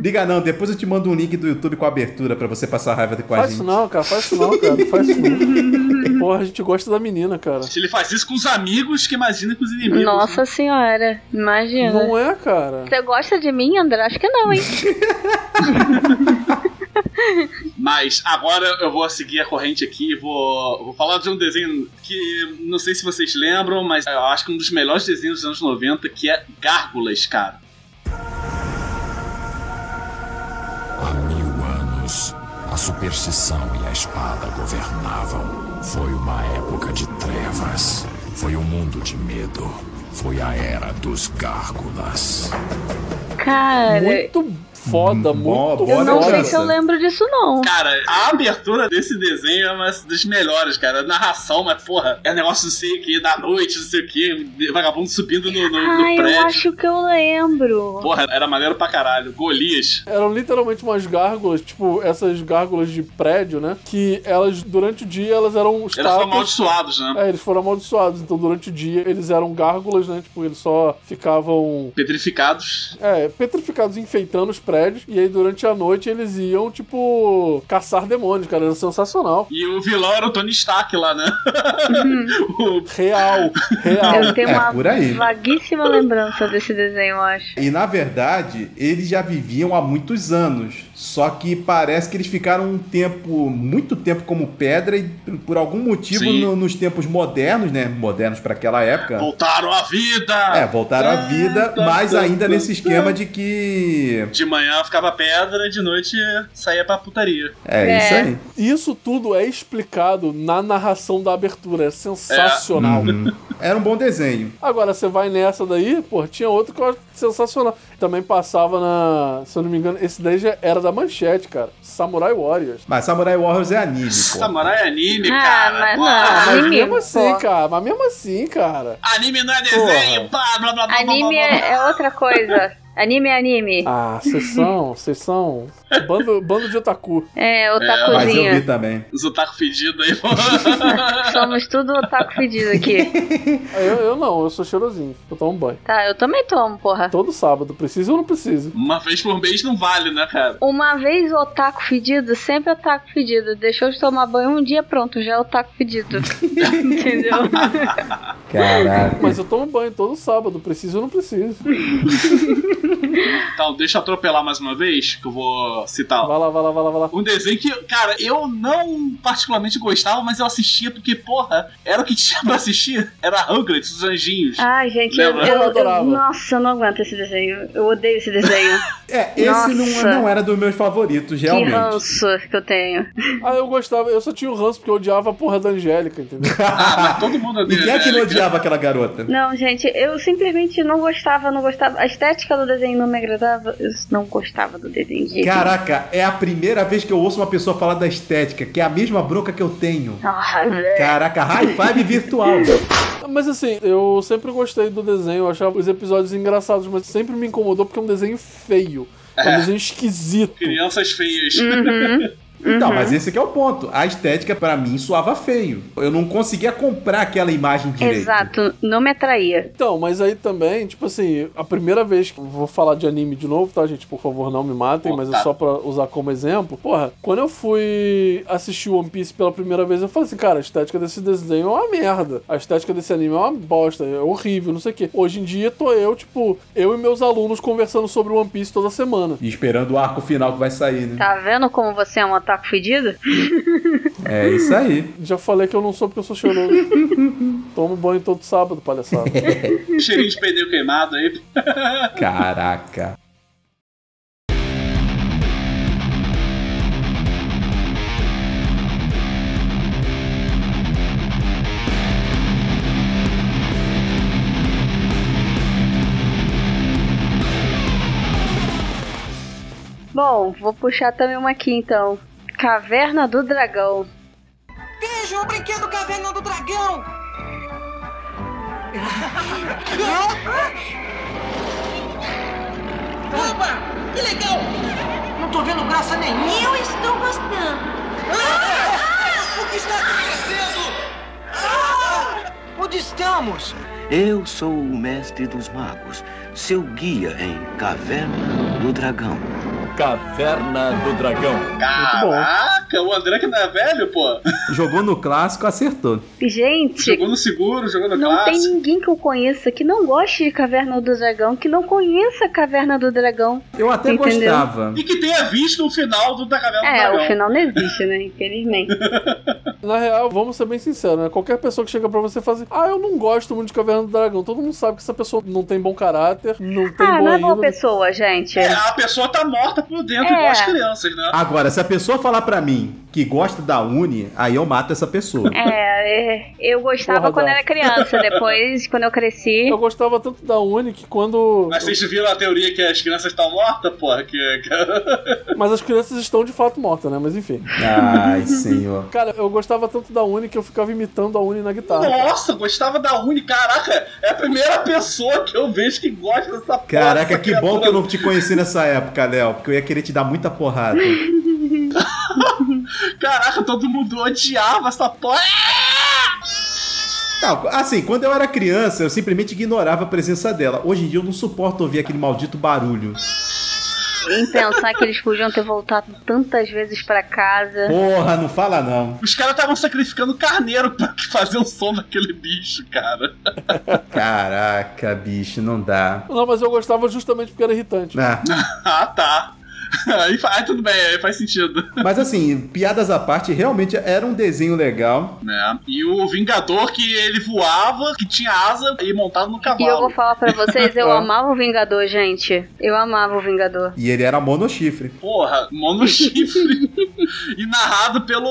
Liga não, depois eu te mando um link do YouTube com a abertura pra você passar raiva com a Faz gente. isso não, cara, faz isso não, cara, não faz isso não. Porra, a gente gosta da menina, cara. Se ele faz isso com os amigos, que imagina com os inimigos. Nossa senhora, imagina. Não é, cara. Você gosta de mim, André? Acho que não, hein? Mas agora eu vou seguir a corrente aqui e vou, vou falar de um desenho que não sei se vocês lembram, mas eu acho que um dos melhores desenhos dos anos 90, que é Gárgulas, cara. Há mil anos, a superstição e a espada governavam. Foi uma época de trevas. Foi um mundo de medo. Foi a era dos gárgulas. Cara, Muito foda, Mó- muito É, né? bora eu não foda. sei se eu lembro disso, não. Cara, a abertura desse desenho é uma das melhores, cara. A narração, mas porra, é negócio não sei o que, da noite, não sei o que, vagabundo subindo no, no- no Ai, Ah, eu prédio. acho que eu lembro. Porra, era maneiro pra caralho. Golias. Eram literalmente umas gárgulas, tipo essas gárgulas de prédio, né? Que elas, durante o dia, elas eram Eles foram estátuas. amaldiçoados, né? É, eles foram amaldiçoados, então durante o dia eles eram gárgulas, né? Tipo, eles só ficavam Petrificados. é, petrificados enfeitando os prédios, e aí durante a noite eles iam, tipo, caçar demônios, cara. Era sensacional. E o vilão era o Tony Stark lá, né? O- Real, real. Eu tenho É, uma por aí. vaguíssima lembrança desse desenho, eu acho. E na verdade, eles já viviam há muitos anos. Só que parece que eles ficaram um tempo, muito tempo como pedra e por algum motivo Sim. no- nos tempos modernos, né? Modernos pra aquela época. Voltaram à vida! É, voltaram à vida, mas ainda nesse esquema de que. De manhã ficava pedra, de noite saía pra putaria. É, É. isso aí. Isso tudo é explicado na narração da abertura. É sensacional. É. Uhum. Era um bom desenho. Agora você vai nessa daí, pô, tinha outro que eu acho sensacional. Também passava na. Se eu não me engano, esse daí já era da manchete, cara. Samurai Warriors. Mas Samurai Warriors é anime, pô. Samurai é anime, Ah, cara. mas Pô, Ah, não. mas Anime, mesmo pô. assim, cara. Mas mesmo assim, cara. Anime não é desenho, pá, blá blá blá blá, Anime blá, blá. é é outra coisa. Anime é anime. Ah, vocês são, vocês são. Bando, bando de otaku. É, Mas eu vi otakuzinho. também. Os otaku fedidos aí, pô. Somos tudo otaku fedido aqui. Ah, Eu, eu não, eu sou cheirosinho. Eu tomo banho. Tá, eu também tomo, porra. Todo sábado. Preciso ou não preciso? Uma vez por mês não vale, né, cara? Uma vez otaku fedido, sempre otaku fedido. Deixou de tomar banho um dia, pronto, já é otaku fedido. Entendeu? Caraca. Mas eu tomo banho todo sábado. Preciso ou não preciso? Então, deixa eu atropelar mais uma vez, que eu vou citar. Vai lá, vai lá, vai lá, vai lá. Um desenho que, cara, eu não particularmente gostava, mas eu assistia porque, porra, era o que tinha pra assistir. Era Rugrats, os anjinhos. Ai, gente, eu, Lembra? eu- Eu adorava. eu- nossa, eu não aguento esse desenho. Eu odeio esse desenho. É, esse Nossa. não, não era dos meus favoritos, que realmente. ranço que eu tenho. Ah, eu gostava. Eu só tinha o ranço porque eu odiava a porra da Angélica, entendeu? Ah, mas todo mundo E odeia, quem é que né? não odiava aquela garota? Não, gente, eu simplesmente não gostava, não gostava. A estética do desenho não me agradava. Eu não gostava do desenho. de jeito Caraca, é a primeira vez que eu ouço uma pessoa falar da estética, que é a mesma bronca que eu tenho. nenhum. Ah, velho. Caraca, high five virtual. Mas assim, eu sempre gostei do desenho, eu achava os episódios engraçados, mas sempre me incomodou porque é um desenho feio. É um desenho esquisito. Crianças feias. Uhum. Então, mas esse que é o ponto. A estética, pra mim, soava feio. Eu não conseguia comprar aquela imagem direito. Exato, não me atraía. Então, mas aí também, tipo assim, a primeira vez que eu vou falar de anime de novo, tá, gente? Por favor, não me matem, Pô, mas é tá. só pra usar como exemplo. Porra, quando eu fui assistir One Piece pela primeira vez, eu falei assim, cara, a estética desse desenho é uma merda. A estética desse anime é uma bosta, é horrível, não sei o quê. Hoje em dia tô eu, tipo, eu e meus alunos conversando sobre One Piece toda semana. E esperando o arco final que vai sair, né? Tá vendo como você é um ataque fedido? É isso aí. Já falei que eu não sou porque eu sou cheiroso. Tomo banho todo sábado, palhaçada. Cheirinho de pneu queimado aí. Caraca. Bom, vou puxar também uma aqui então. Caverna do Dragão. Vejam o um brinquedo Caverna do Dragão! Opa! Que legal! Não tô vendo graça nenhuma. Eu estou gostando. Ah! O que está acontecendo? Ah! Onde estamos? Eu sou o mestre dos magos, seu guia em Caverna do Dragão. Caverna do Dragão. Caraca, o André que não é velho, pô. Jogou no clássico, acertou. Gente, Jogou no seguro, jogou no não tem clássico. ninguém que eu conheça que não goste de Caverna do Dragão, que não conheça a Caverna do Dragão. Eu até Entendeu? gostava. E que tenha visto o final do da Caverna do É, Dragão. o final não existe, né? Infelizmente. Na real, vamos ser bem sinceros, né? Qualquer pessoa que chega pra você e fala assim, ah, eu não gosto muito de Caverna do Dragão. Todo mundo sabe que essa pessoa não tem bom caráter, não tem ah, boa não é índole. boa pessoa, gente. É, a pessoa tá morta por dentro, É. igual as crianças, né? Agora, se a pessoa falar pra mim que gosta da Uni, aí eu mato essa pessoa. É, é, eu gostava Porra, quando Dal. era criança, depois, quando eu cresci. Eu gostava tanto da Uni que quando... Mas vocês viram a teoria que as crianças estão mortas, porra? Que, que- Mas as crianças estão de fato mortas, né? Mas enfim. É. Ai, senhor. Cara, eu gostava tanto da Uni que eu ficava imitando a Uni na guitarra. Nossa, gostava da Uni. Caraca, é a primeira pessoa que eu vejo que gosta dessa porra. Caraca, dessa que bom criatura. que eu não te conheci nessa época, Léo, porque eu ia querer te dar muita porrada. Caraca, todo mundo odiava essa porra. Não, assim, quando eu era criança, eu simplesmente ignorava a presença dela. Hoje em dia eu não suporto ouvir aquele maldito barulho. Em pensar que eles podiam ter voltado tantas vezes pra casa. Porra, não fala não. Os caras estavam sacrificando carneiro pra fazer o som daquele bicho, cara. Caraca, bicho, não dá. Não, mas eu gostava justamente porque era irritante. Ah, Ah, tá. Aí, fa- aí tudo bem, aí faz sentido. mas assim, piadas à parte, realmente era um desenho legal. Né? E o Vingador que ele voava, que tinha asa e montado no E eu cavalo. vou falar pra vocês, eu Ah. amava o Vingador, gente. Eu amava o Vingador. E ele era monochifre. Porra, mono chifre. e narrado pelo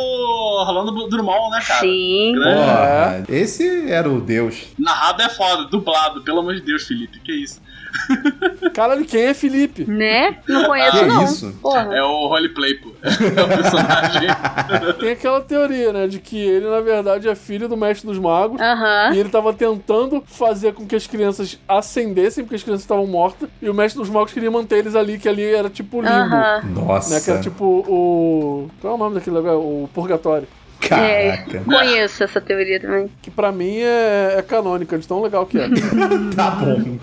Rolando Drummond, né, cara? Sim. É. Grande. Porra, esse era o deus. Narrado é foda, dublado, pelo amor de Deus, Felipe, que isso? Caralho, quem é Felipe? Né? Não conheço, Ah, Que não. isso? Porra. É o roleplay, pô. É o personagem. Tem aquela teoria, né? De que ele, na verdade, é filho do mestre dos magos. Aham. E ele tava tentando fazer com que as crianças acendessem, porque as crianças estavam mortas. E o mestre dos magos queria manter eles ali, que ali era tipo o limbo. Aham. Né, que era Nossa, tipo o. Qual é o nome daquele lugar? O Purgatório. caraca. Conheço essa teoria também. Que pra mim é, é canônica, de tão legal que é. Tá bom.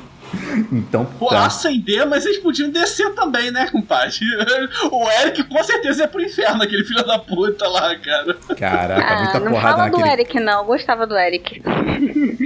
Então Pô, tá. acender, mas eles podiam descer também, né, compadre? O Eric com certeza é pro inferno, aquele filho da puta lá, cara. Caraca, muita Ah, não porrada fala do naquele. Eric, não. Eu gostava do Eric.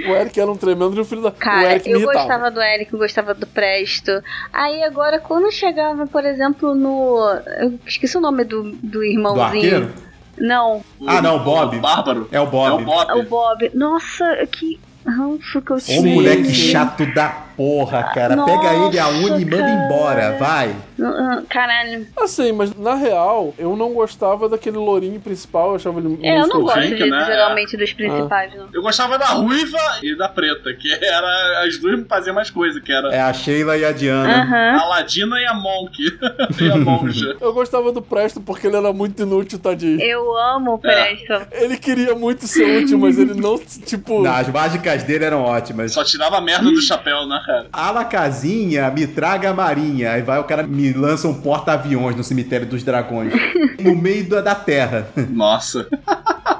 o Eric era um tremendo de um filho da. o Cara, Eric me eu irritava. gostava do Eric, eu gostava do Presto. Aí agora, quando chegava, por exemplo, no. Eu esqueci o nome do, do Do irmãozinho. arqueiro? não, Ah, não, o Bob. O Bárbaro. É o É Bob. o Bob. o Bob. Nossa, que ranço que eu Ô Sim. tinha. moleque chato da porra, cara. Pega Nossa, ele a Uni e manda cara. embora, vai. Ah, Caralho. Assim, mas na real, eu não gostava daquele lourinho principal, eu achava ele muito É, eu não escroto. gosto Frank, de- né? geralmente dos principais, não. Eu gostava da ruiva e da preta, que era. As duas faziam mais coisa, que era É a Sheila e a Diana. Aham. a Ladina e a Monk. e a Monja. Eu gostava do Presto porque ele era muito inútil, tadinho. Eu amo o Presto. Ele queria muito ser útil, mas ele não, tipo. Não, As mágicas dele eram ótimas. Só tirava a merda do chapéu, né, cara? Ala casinha, me traga a marinha. Aí vai o cara me lança um porta-aviões no cemitério dos dragões. no meio da, da terra. Nossa.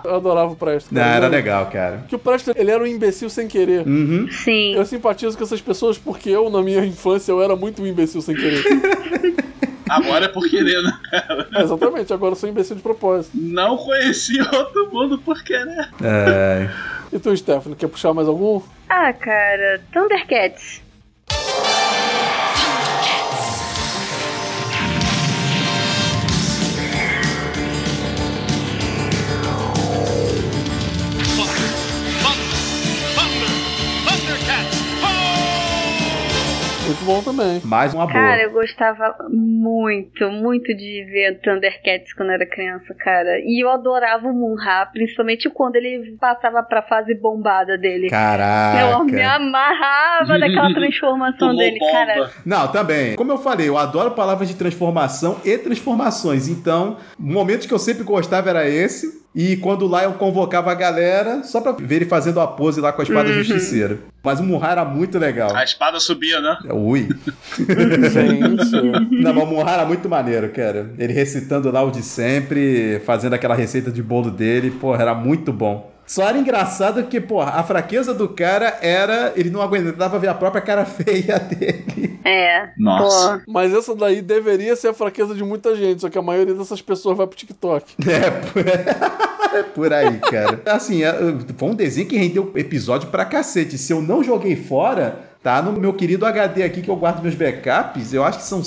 Eu adorava o Presto. Não, cara. era Uhum. Ele- legal, cara. Que o Presto, ele era um imbecil sem querer. Uhum. Sim. Eu simpatizo com essas pessoas porque eu, na minha infância, eu era muito um imbecil sem querer. Agora é por querer, né? É, exatamente, agora eu sou um imbecil de propósito. Não conheci outro mundo por querer. É. E tu, Stephanie, quer puxar mais algum? Ah, cara, Thundercats. Muito bom também. Mais uma boa. Cara, eu gostava muito, muito de ver Thundercats quando era criança, cara. E eu adorava o Munra, principalmente quando ele passava pra fase bombada dele. Eu me Caraca. amarrava daquela transformação Tomou dele, bomba. cara. Não, também. Como eu falei, eu adoro palavras de transformação e transformações. Então, momentos que eu sempre gostava era esse. E quando lá eu convocava a galera, só pra ver ele fazendo a pose lá com a espada justiceira. Mas o Murra era muito legal. A espada subia, né? Ui. Gente. Não, mas o Murra era muito maneiro, cara. Ele recitando lá o de sempre, fazendo aquela receita de bolo dele, porra, era muito bom. Só era engraçado que, porra, a fraqueza do cara era. Ele não aguentava ver a própria cara feia dele. É. Nossa. Pô. Mas essa daí deveria ser a fraqueza de muita gente, só que a maioria dessas pessoas vai pro TikTok. É, por- é por aí, cara. Assim, é, foi um desenho que rendeu episódio pra cacete. Se eu não joguei fora, tá no meu querido HD aqui que eu guardo meus backups, eu acho que são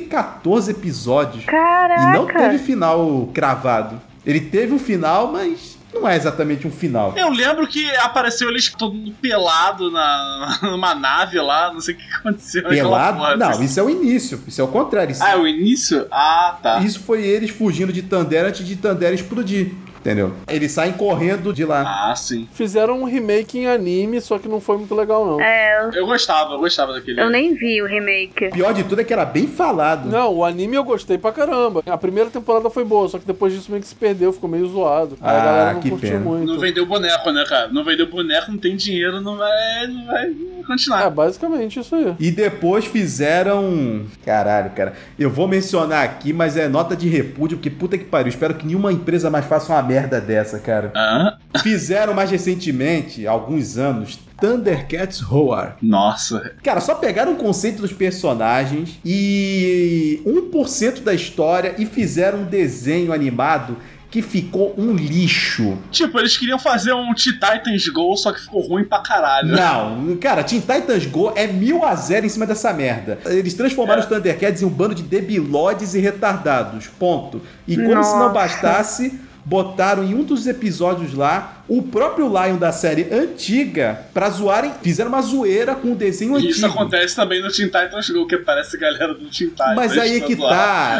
114 episódios. Caraca. E não teve final cravado. Ele teve um final, mas não é exatamente um final. Eu lembro que apareceu eles todo mundo pelado na, numa nave lá, não sei o que aconteceu. naquela porra. assim. Pelado? Não, isso é o início. Isso é o contrário. Isso, Ah, é o início? Ah, tá. isso foi eles fugindo de Tandera antes de Tandera explodir. Entendeu? Eles saem correndo de lá. Ah, sim. Fizeram um remake em anime, só que não foi muito legal, não. É, eu- Eu gostava, eu gostava daquele. eu nem vi o remake. Pior de tudo é que era bem falado. Não, o anime eu gostei pra caramba. A primeira temporada foi boa, só que depois disso meio que se perdeu, ficou meio zoado. Aí a Ah, galera não que curtiu pena. muito. Não vendeu boneco, né, cara? Não vendeu boneco, não tem dinheiro, não vai, não vai É continuar. basicamente isso aí. E depois fizeram. Caralho, cara. Eu vou mencionar aqui, mas é nota de repúdio, porque puta que pariu. Espero que nenhuma empresa mais faça uma merda dessa, cara. Hã? Fizeram mais recentemente, há alguns anos, Thundercats Roar. Nossa. Cara, só pegaram o conceito dos personagens e 1% da história e fizeram um desenho animado que ficou um lixo. Tipo, eles queriam fazer um Teen Titans Go, só que ficou ruim pra caralho. Não, cara, Teen Titans Go é mil a zero em cima dessa merda. Eles transformaram É. os Thundercats em um bando de debilodes e retardados, ponto. E como se não Nossa. bastasse, botaram em um dos episódios lá o próprio Lion da série antiga pra zoarem, fizeram uma zoeira com o desenho E isso antigo. acontece também no Teen Titans Go, que aparece a galera do Teen Titans. Mas aí é que zoar.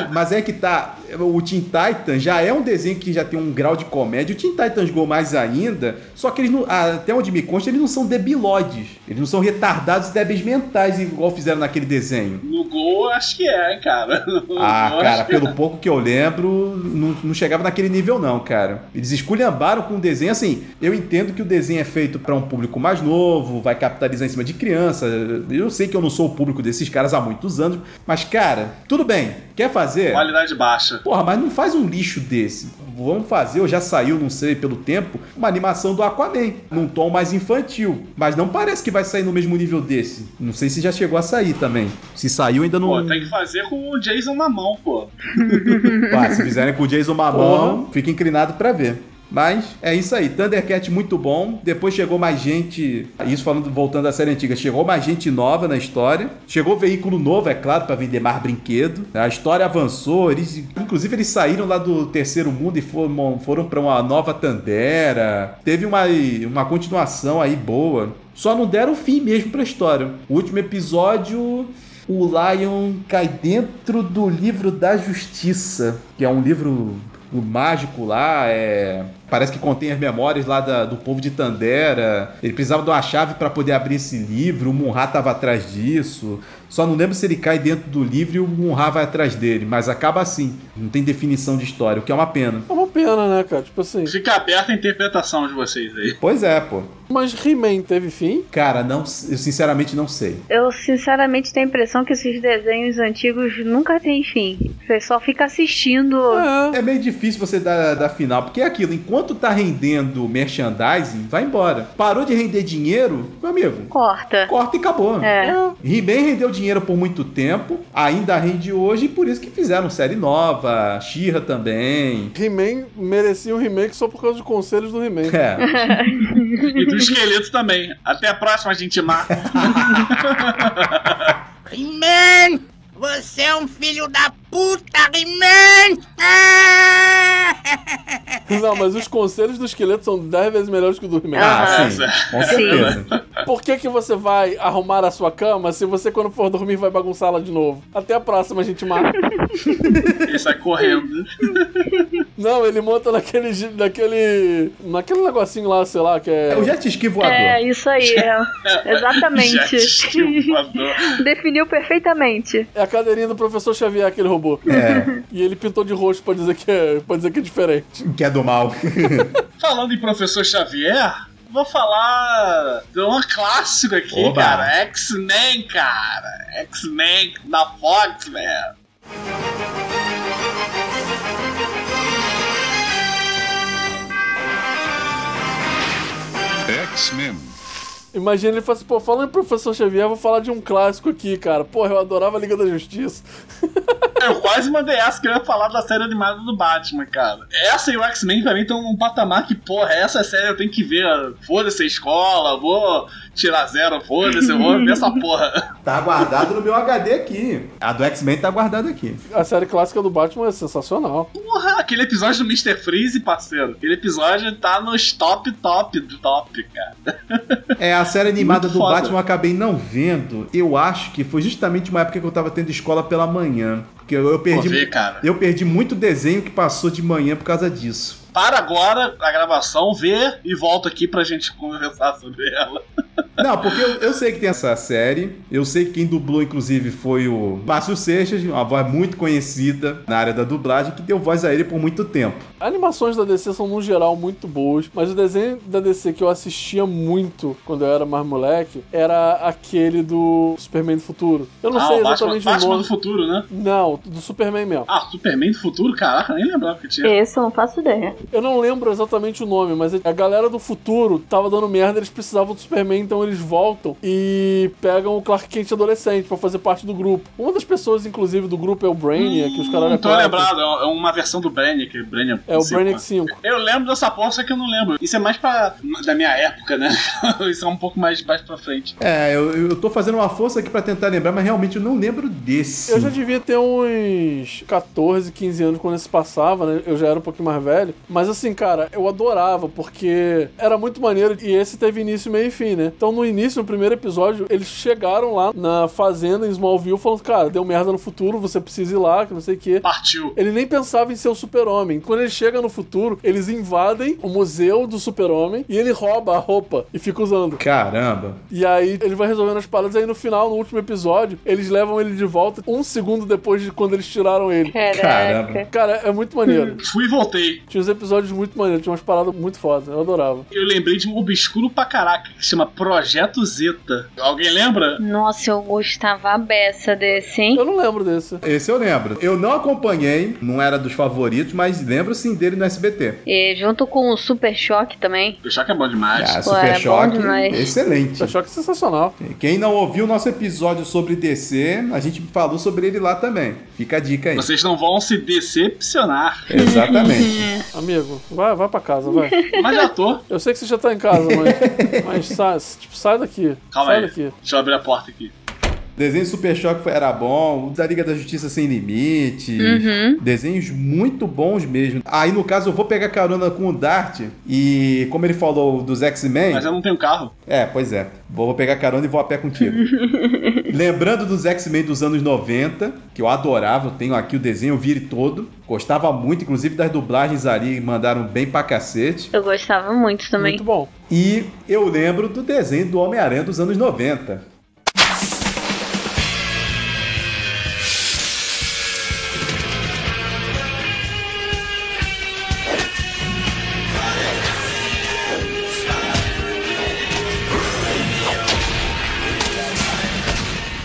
tá, mas aí é que tá. O Teen Titans já é um desenho que já tem um grau de comédia. O Teen Titans Go mais ainda, só que eles não, ah, até onde me consta, eles não são debiloides. Eles não são retardados e débeis mentais igual fizeram naquele desenho. No Go, acho que é, hein, cara. No Ah, Go, cara, acho que- pelo pouco que eu lembro, não, não chegava naquele nível não, cara. Eles esculhambaram com o desenho, assim, eu entendo que o desenho é feito pra um público mais novo, vai capitalizar em cima de criança. Eu sei que eu não sou o público desses caras há muitos anos, mas cara, tudo bem. Quer fazer? Qualidade baixa. Porra, mas não faz um lixo desse. Vamos fazer, ou já saiu, não sei, pelo tempo, uma animação do Aquaman, num tom mais infantil. Mas não parece que vai sair no mesmo nível desse. Não sei se já chegou a sair também. Se saiu, ainda não. Pô, tá tem que fazer com o Jason na mão, pô. Pá, se fizerem com o Jason Mamão, fica inclinado pra ver. Mas é isso aí, Thundercat muito bom. Depois chegou mais gente, isso falando voltando à série antiga, chegou mais gente nova na história. Chegou veículo novo, é claro, pra vender mais brinquedo. A história avançou, eles, inclusive eles saíram lá do terceiro mundo e foram, foram para uma nova Tandera. Teve uma, uma continuação aí boa. Só não deram fim mesmo pra história. O último episódio o Lion cai dentro do livro da justiça, que é um livro mágico lá, é... parece que contém as memórias lá da- do povo de Tandera. Ele precisava de uma chave para poder abrir esse livro, o Munra estava atrás disso. Só não lembro se ele cai dentro do livro e o Munra vai atrás dele, mas acaba assim. Não tem definição de história, o que é uma pena. É uma pena, né, cara? Tipo assim. Fica aberta a interpretação de vocês aí. Pois é, pô. Mas He-Man teve fim? Cara, não, eu sinceramente não sei. Eu sinceramente tenho a impressão que esses desenhos antigos nunca têm fim. Você só fica assistindo. É. É meio difícil você dar, dar final, porque é aquilo, enquanto tá rendendo merchandising, vai embora. Parou de render dinheiro, meu amigo, Corta. corta e acabou. É. He-Man rendeu dinheiro por muito tempo, ainda rende hoje, e por isso que fizeram série nova, She-Ra também. He-Man merecia um remake só por causa dos conselhos do He-Man. É. E do esqueleto também. Até a próxima, gente má. He-Man! Você é um filho da puta, He-Man! Ah! Não, mas os conselhos do esqueleto são 10 vezes melhores que o do He-Man. Ah, Aham. sim, com certeza. Por que, que você vai arrumar a sua cama se você, quando for dormir, vai bagunçá-la de novo? Até a próxima, gente mata. Ele sai correndo. Não, ele monta naquele. gi- naquele. naquele negocinho lá, sei lá, que é. É o jet ski voador. É, isso aí. é. Exatamente. Jet ski voador. Definiu perfeitamente. É a cadeirinha do professor Xavier, aquele robô. É, E ele pintou de roxo pra dizer que é, pra dizer que é diferente. que é do mal. Falando em professor Xavier, vou falar de um clássico aqui, Oba. cara. X-Men, cara. X-Men da Fox, velho. X-Men. Imagina ele falar assim, pô, falando em Professor Xavier, vou falar de um clássico aqui, cara. Porra, eu adorava a Liga da Justiça. Eu quase mandei essa que eu ia falar da série animada do Batman, cara. Essa e o X-Men pra mim estão num patamar que, porra, essa série eu tenho que ver. Foda-se a escola, vou tirar zero, foda-se, eu vou ver essa porra. Tá guardado no meu HD aqui. A do X-Men tá guardada aqui. A série clássica do Batman é sensacional. Porra, aquele episódio do Mr. Freeze, parceiro. Aquele episódio tá nos top, top do top, cara. É, a série animada Muito do foda. Batman eu acabei não vendo. Eu acho que foi justamente uma época que eu tava tendo escola pela manhã. Porque eu, eu perdi. Pô, vê, cara. Eu perdi muito desenho que passou de manhã por causa disso. Para agora a gravação, vê e volta aqui pra gente conversar sobre ela. Não, porque eu, eu sei que tem essa série. Eu sei que quem dublou, inclusive, foi o Márcio Seixas, uma voz muito conhecida na área da dublagem, que deu voz a ele por muito tempo. Animações da DC são, no geral, muito boas, mas o desenho da DC que eu assistia muito quando eu era mais moleque era aquele do Superman do Futuro. Eu não Ah, sei o Batman- exatamente o Batman nome. do Futuro, né? Não, do Superman mesmo. Ah, Superman do Futuro? Caraca, nem lembrava que tinha. Esse eu não faço ideia. Eu não lembro exatamente o nome, mas a galera do futuro tava dando merda, eles precisavam do Superman, então eles voltam e pegam o Clark Kent adolescente pra fazer parte do grupo. Uma das pessoas, inclusive, do grupo é o Brainiac, que os caras Não tô lembrado, é uma versão do Brainiac. Brainiac É o cinco, Brainiac né? 5. Eu lembro dessa porra, só que eu não lembro. Isso é mais pra. da minha época, né? Isso é um pouco mais, mais pra frente. É, eu, eu tô fazendo uma força aqui pra tentar lembrar, mas realmente eu não lembro desse. Eu já devia ter uns 14, 15 anos quando isso passava, né? Eu já era um pouquinho mais velho. Mas assim, cara, eu adorava, porque era muito maneiro. E esse teve início, meio e fim, né? Então, no início, no primeiro episódio, eles chegaram lá na fazenda em Smallville falando, cara, deu merda no futuro, você precisa ir lá, que não sei o quê. Partiu. Ele nem pensava em ser o super-homem. Quando ele chega no futuro, eles invadem o museu do super-homem e ele rouba a roupa e fica usando. Caramba. E aí ele vai resolvendo as paradas. Aí no final, no último episódio, eles levam ele de volta um segundo depois de quando eles tiraram ele. Caraca. Caramba. Cara, é muito maneiro. Fui e voltei. Tinha uns episódios muito maneiros, tinha umas paradas muito fodas, eu adorava. Eu lembrei de um obscuro pra caraca que se chama Projeto Zeta. Alguém lembra? Nossa, eu gostava a beça desse, hein? Eu não lembro desse. Esse eu lembro. Eu não acompanhei, não era dos favoritos, mas lembro sim dele no SBT. E junto com o Super Choque também. Super Choque é bom demais. Ah, Pô, Super era bom Choque, demais. excelente. Super Choque é sensacional. Quem não ouviu o nosso episódio sobre DC, a gente falou sobre ele lá também. Fica a dica aí. Vocês não vão se decepcionar. Exatamente. Amigo, vai, vai pra casa, vai. Mas é já tô. Eu sei que você já tá em casa, mas, mas sai, tipo, sai daqui. Calma sai aí. daqui. Deixa eu abrir a porta aqui. Desenho Super Choque foi- era bom, o da Liga da Justiça Sem Limite. Uhum. Desenhos muito bons mesmo. Aí, no caso, eu vou pegar carona com o Dart e, como ele falou dos X-Men. Mas eu não tenho carro. É, pois é. Vou pegar carona e vou a pé contigo. Lembrando dos X-Men dos anos 90, que eu adorava, eu tenho aqui o desenho, eu vi ele todo. Gostava muito, inclusive das dublagens ali, mandaram bem pra cacete. Eu gostava muito também. Muito bom. E eu lembro do desenho do Homem-Aranha dos anos 90.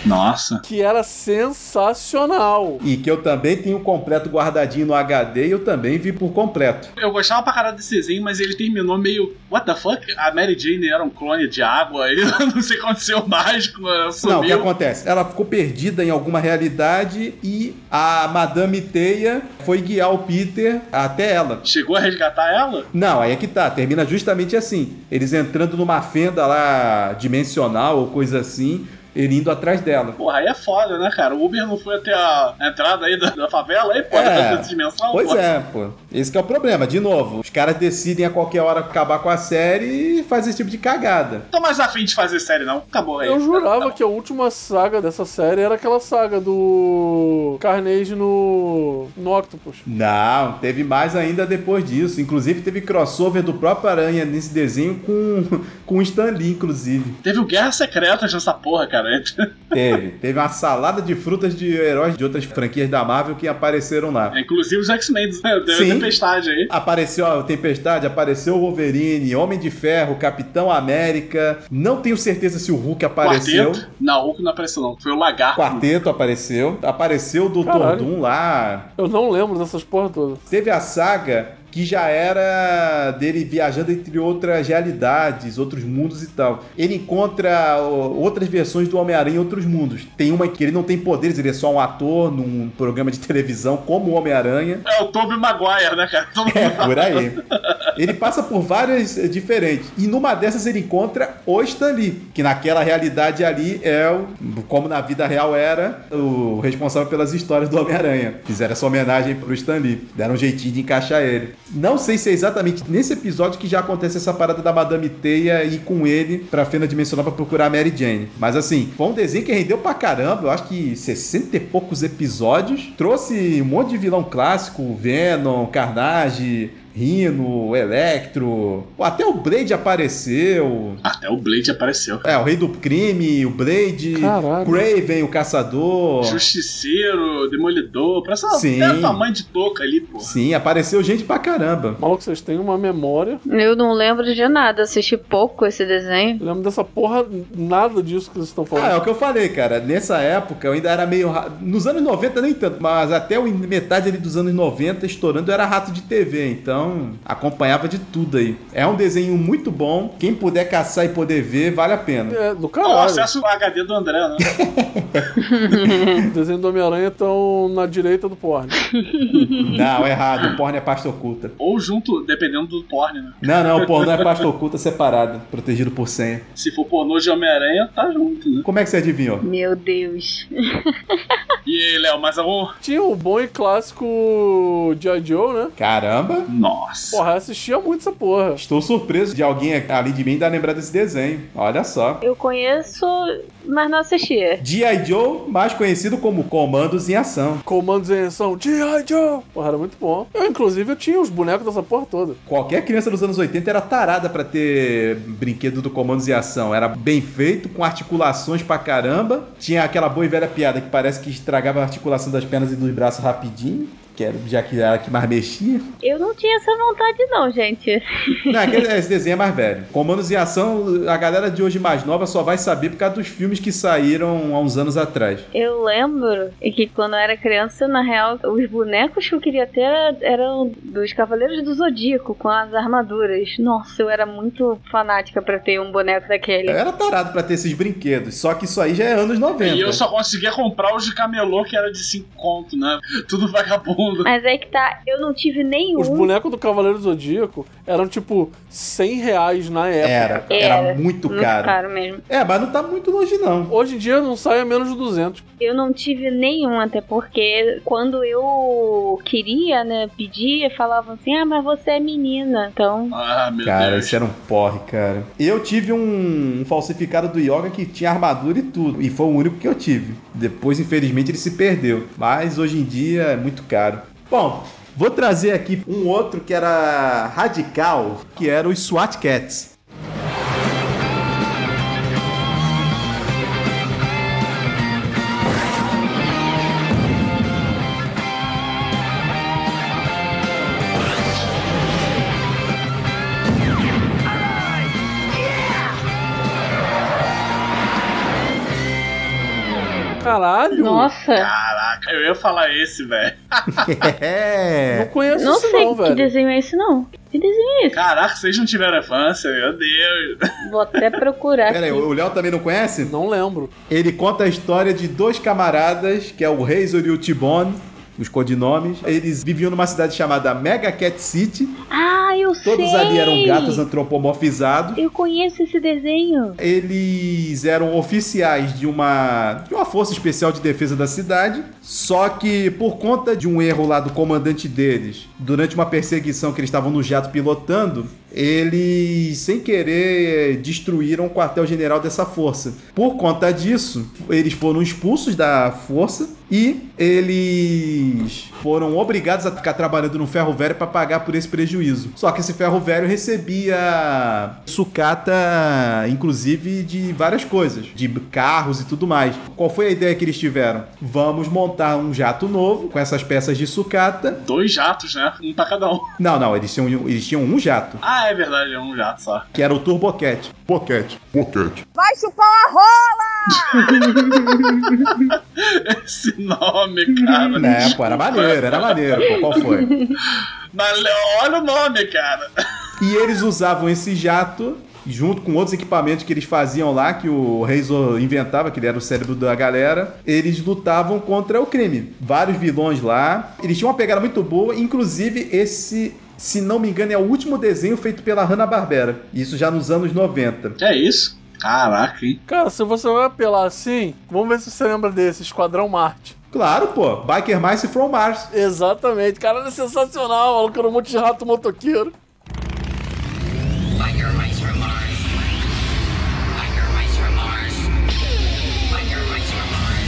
Nossa. Que era sensacional. E que eu também tenho completo guardadinho no HD e eu também vi por completo. Eu gostava pra caralho desse desenho, mas ele terminou meio. What the fuck? A Mary Jane era um clone de água, aí não sei o que aconteceu mais. com- Sumiu. Não, o que acontece? Ela ficou perdida em alguma realidade e a Madame Teia foi guiar o Peter até ela. Chegou a resgatar ela? Não, aí é que tá, termina justamente assim. Eles entrando numa fenda lá dimensional ou coisa assim, ele indo atrás dela. Porra, aí é foda, né, cara? O Uber não foi até a entrada aí da, da favela aí, pô, É. é. dessa dimensão, Pois pô. é, pô. Esse que é o problema, de novo. Os caras decidem a qualquer hora acabar com a série e fazem esse tipo de cagada. Tô mais afim de fazer série, não. Acabou aí. Eu jurava que a última saga dessa série era aquela saga do Carnage no, no Octopus. Não, teve mais ainda depois disso. Inclusive teve crossover do próprio Aranha nesse desenho com, com o Stan Lee, inclusive. Teve o Guerra Secretas nessa porra, cara. Homem-Aranha. Teve. Teve uma salada de frutas de heróis de outras franquias da Marvel que apareceram lá. Inclusive os X-Men, né? Deu Sim. tempestade aí. Apareceu a Tempestade, apareceu o Wolverine, Homem de Ferro, Capitão América. Não tenho certeza se o Hulk apareceu. Quarteto. Não, o Hulk não apareceu, não. Foi o Lagarto. Quarteto apareceu. Apareceu o Dr. Caralho. Doom lá. Eu não lembro dessas porra todas. Teve a saga que já era dele viajando entre outras realidades, outros mundos e tal. Ele encontra ó, outras versões do Homem-Aranha em outros mundos. Tem uma que ele não tem poderes, ele é só um ator num programa de televisão como o Homem-Aranha. É o Tobey Maguire, né, cara? Todo mundo- É, por aí. Ele passa por várias eh, diferentes. E numa dessas ele encontra o Stan Lee, que naquela realidade ali é o, como na vida real era, o responsável pelas histórias do Homem-Aranha. Fizeram essa homenagem pro Stan Lee. Deram um jeitinho de encaixar ele. Não sei se é exatamente nesse episódio que já acontece essa parada da Madame Teia ir com ele pra Fena Dimensional pra procurar a Mary Jane. Mas assim, foi um desenho que rendeu pra caramba. Eu acho que 60 e poucos episódios. Trouxe um monte de vilão clássico, Venom, Carnage, Rino, Electro, até o Blade apareceu. Até o Blade apareceu. É, o Rei do Crime, o Blade, Caralho. Craven, o Caçador. Justiceiro, Demolidor, parece uma- Sim. até o tamanho de toca ali, pô. Sim, apareceu gente pra caramba. Maluco, vocês têm uma memória. Eu não lembro de nada, assisti pouco esse desenho. Lembro dessa porra, nada disso que vocês estão falando. Ah, é o que eu falei, cara. Nessa época eu ainda era meio. ra- Nos anos 90 nem tanto, mas até o- metade ali dos anos 90 estourando eu era rato de TV, então acompanhava de tudo aí. É um desenho muito bom. Quem puder caçar e poder ver, vale a pena. É, do Ó, caralho. o acesso ao HD do André, né? O desenho do Homem-Aranha estão na direita do porno. Não, errado. Porn é pasta oculta. Ou junto, dependendo do porn, né? Não, não, o pornô é pasta oculta separada, protegido por senha. Se for pornô de Homem-Aranha, tá junto, né? Como é que você adivinhou? Meu Deus. E aí, Léo, mais algum? Tinha o bom e clássico G.I. Joe, né? Caramba! Nossa! Porra, eu assistia muito essa porra. Estou surpreso de alguém ali de mim dar lembrar desse desenho. Olha só. Eu conheço, mas não assisti. G.I. Joe, mais conhecido como Comandos em Ação. Comandos em ação, G.I. Joe! Porra, era muito bom. Eu, inclusive, eu tinha os bonecos dessa porra toda. Qualquer criança dos anos 80 era tarada pra ter brinquedo do Comandos em Ação. Era bem feito, com articulações pra caramba. Tinha aquela boa e velha piada que parece que estragava a articulação das pernas e dos braços rapidinho. Que era, já que era a que mais mexia. Eu não tinha essa vontade, não, gente. Não, aquele, esse desenho é mais velho. Comandos em Ação, a galera de hoje mais nova só vai saber por causa dos filmes que saíram há uns anos atrás. Eu lembro é que quando eu era criança, na real, os bonecos que eu queria ter eram dos Cavaleiros do Zodíaco, com as armaduras. Nossa, eu era muito fanática pra ter um boneco daquele. Eu era tarado pra ter esses brinquedos, só que isso aí já é anos 90. E eu só conseguia comprar os de camelô que era de 5 conto, né? Tudo vagabundo. Mas é que tá, eu não tive nenhum. Os bonecos do Cavaleiro do Zodíaco eram, tipo, 100 reais na Era, época. era, muito caro. mesmo. É, mas não tá muito longe, não. Hoje em dia não sai a menos de 200. Eu não tive nenhum, até porque quando eu queria, né, pedia, falavam assim, ah, mas você é menina, então... Ah, meu Cara, Deus. isso era um porre, cara. Eu tive um, um falsificado do Yoga que tinha armadura e tudo. E foi o único que eu tive. Depois, infelizmente, ele se perdeu. Mas hoje em dia é muito caro. Bom, vou trazer aqui um outro que era radical, que era os SWAT Cats. Caralho! Nossa! Caraca, eu ia falar esse, velho. É. Não conheço Não isso sei não, que velho. desenho é esse, não. Que desenho é esse? Caraca, vocês não tiveram infância, meu Deus. Vou até procurar Pera aí, aqui. o Léo também não conhece? Não lembro. Ele conta a história de dois camaradas, que é o Razor e o T-Bone, os codinomes. Eles viviam numa cidade chamada Mega Cat City. Ah, eu sei! Todos ali eram gatos antropomorfizados. Eu conheço esse desenho. Eles eram oficiais de uma, de uma força especial de defesa da cidade. Só que por conta de um erro lá do comandante deles, durante uma perseguição que eles estavam no jato pilotando, eles, sem querer, destruíram o quartel-general dessa força. Por conta disso, eles foram expulsos da força e eles foram obrigados a ficar trabalhando no ferro velho para pagar por esse prejuízo. Só que esse ferro velho recebia sucata, inclusive, de várias coisas, de carros e tudo mais. Qual foi a ideia que eles tiveram? Vamos montar um jato novo com essas peças de sucata. Dois jatos, né? Um pra cada um. Não, não, eles tinham, eles tinham um jato. Ah, é verdade, é um jato só. Que era o Turbocat. Boquete. Boquete. Vai chupar uma rola! Esse nome, cara. Né, pô, era maneiro, era maneiro. Pô, qual foi? Mas olha o nome, cara. E eles usavam esse jato junto com outros equipamentos que eles faziam lá, que o Razor inventava, que ele era o cérebro da galera, eles lutavam contra o crime. Vários vilões lá. Eles tinham uma pegada muito boa, inclusive esse se não me engano, é o último desenho feito pela Hanna-Barbera. Isso já nos anos 90. É isso? Caraca, hein? Cara, se você vai apelar assim, vamos ver se você lembra desse, Esquadrão Marte. Claro, pô. Biker Mice from Mars. Exatamente. Cara, era sensacional. Maluco, era um monte de rato motoqueiro. Biker Mice from Mars. Biker Mice from Mars. Biker Mice from Mars.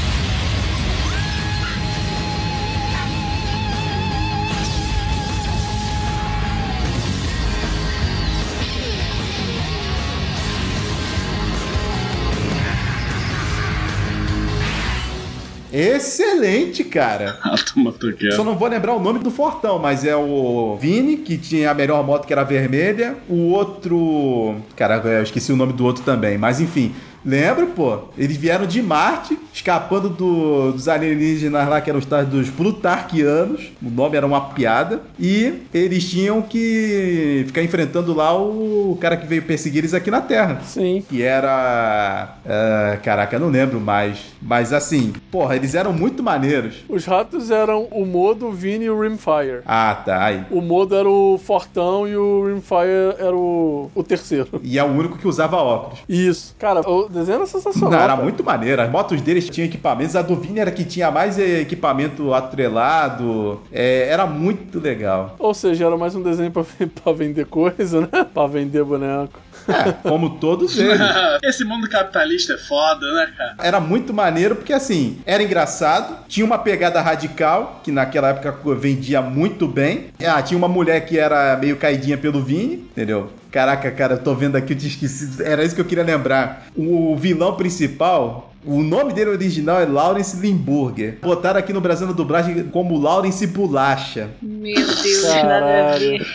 Excelente, cara. Rato motoqueiro. Só não vou lembrar o nome do Fortão, mas é o Vini, que tinha a melhor moto que era vermelha. O outro. Caraca, eu esqueci o nome do outro também, mas enfim. Lembra, pô? Eles vieram de Marte, escapando do- dos alienígenas lá, que eram os tais dos Plutarquianos. O nome era uma piada. E eles tinham que ficar enfrentando lá o cara que veio perseguir eles aqui na Terra. Sim. Que era. ah, caraca, eu não lembro mais. Mas assim, porra, eles eram muito maneiros. Os ratos eram o Modo, o Vini e o Rimfire. Ah, tá. Aí. O Modo era o Fortão e o Rimfire era o, o terceiro. E é o único que usava óculos. Isso. Cara, o desenho era sensacional. Não, era cara. muito maneiro. As motos deles tinham equipamentos. A do Vini era que tinha mais eh, equipamento atrelado. É, era muito legal. Ou seja, era mais um desenho pra, pra vender coisa, né? Pra vender boneco. É, Como todos eles. Esse mundo capitalista é foda, né, cara? Era muito maneiro porque, assim, era engraçado. Tinha uma pegada radical, que naquela época vendia muito bem. Ah, tinha uma mulher que era meio caidinha pelo Vini, entendeu? Caraca, cara, eu tô vendo aqui, eu tinha esquecido. Era isso que eu queria lembrar. O vilão principal. O nome dele original é Lawrence Limburger. Botaram aqui no Brasil na dublagem como Lawrence Bulacha. Meu Deus, nada a ver.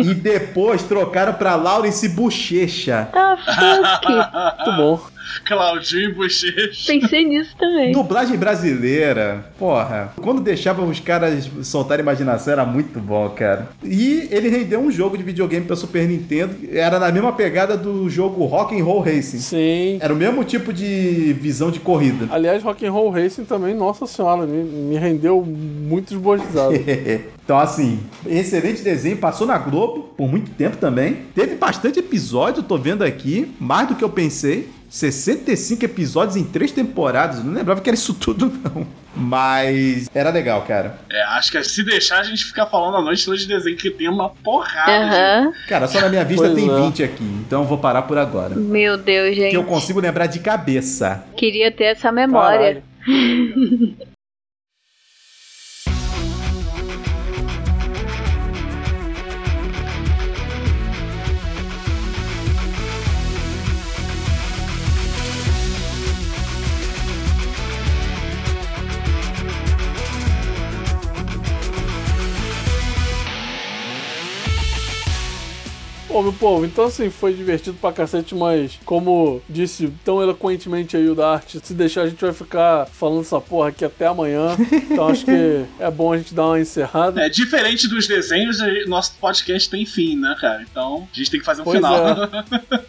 e depois trocaram pra Lawrence Bochecha. Tá Muito bom. Claudinho e Bochecha. Pensei nisso também. Dublagem brasileira, porra. Quando deixava os caras soltar a imaginação era muito bom, cara. E ele rendeu um jogo de videogame pra Super Nintendo, era na mesma pegada do jogo Rock and Roll Racing. Sim. Era o mesmo tipo de visão de corrida. Aliás, Rock'n'Roll Racing também, nossa senhora, me, me rendeu muitos bons risados. então, assim, excelente desenho. Passou na Globo por muito tempo também. Teve bastante episódio, tô vendo aqui. Mais do que eu pensei. 65 episódios em três temporadas. Não lembrava que era isso tudo, não. Mas era legal, cara. É, acho que se deixar a gente ficar falando a noite toda de desenho, que tem uma porrada. Aham. Cara, só na minha vista Pois tem é. 20 aqui. Então eu vou parar por agora. Meu Deus, gente. Que eu consigo lembrar de cabeça. Queria ter essa memória. Bom, meu povo, então assim, foi divertido pra cacete, mas como disse tão eloquentemente aí o da arte, se deixar a gente vai ficar falando essa porra aqui até amanhã. Então acho que é bom a gente dar uma encerrada. É, diferente dos desenhos, a- nosso podcast tem fim, né, cara? Então, a gente tem que fazer um Pois final.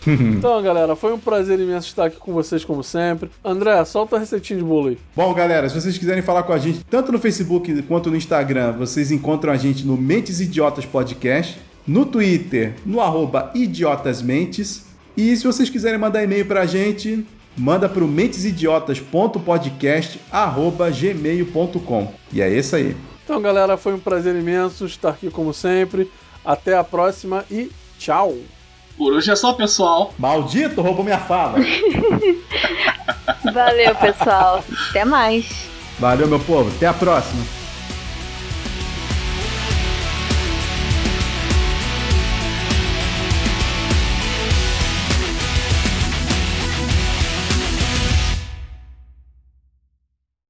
Então, galera, foi um prazer imenso estar aqui com vocês, como sempre. André, solta a receitinha de bolo aí. Bom, galera, se vocês quiserem falar com a gente, tanto no Facebook quanto no Instagram, vocês encontram a gente no Mentes Idiotas Podcast, no Twitter, no arroba idiotasmentes. E se vocês quiserem mandar e-mail pra gente, manda pro mentesidiotas.podcast.gmail.com. E é isso aí. Então, galera, foi um prazer imenso estar aqui como sempre. Até a próxima e tchau! Por hoje é só, pessoal. Maldito, roubou minha fala. Valeu, pessoal. Até mais. Valeu, meu povo. Até a próxima.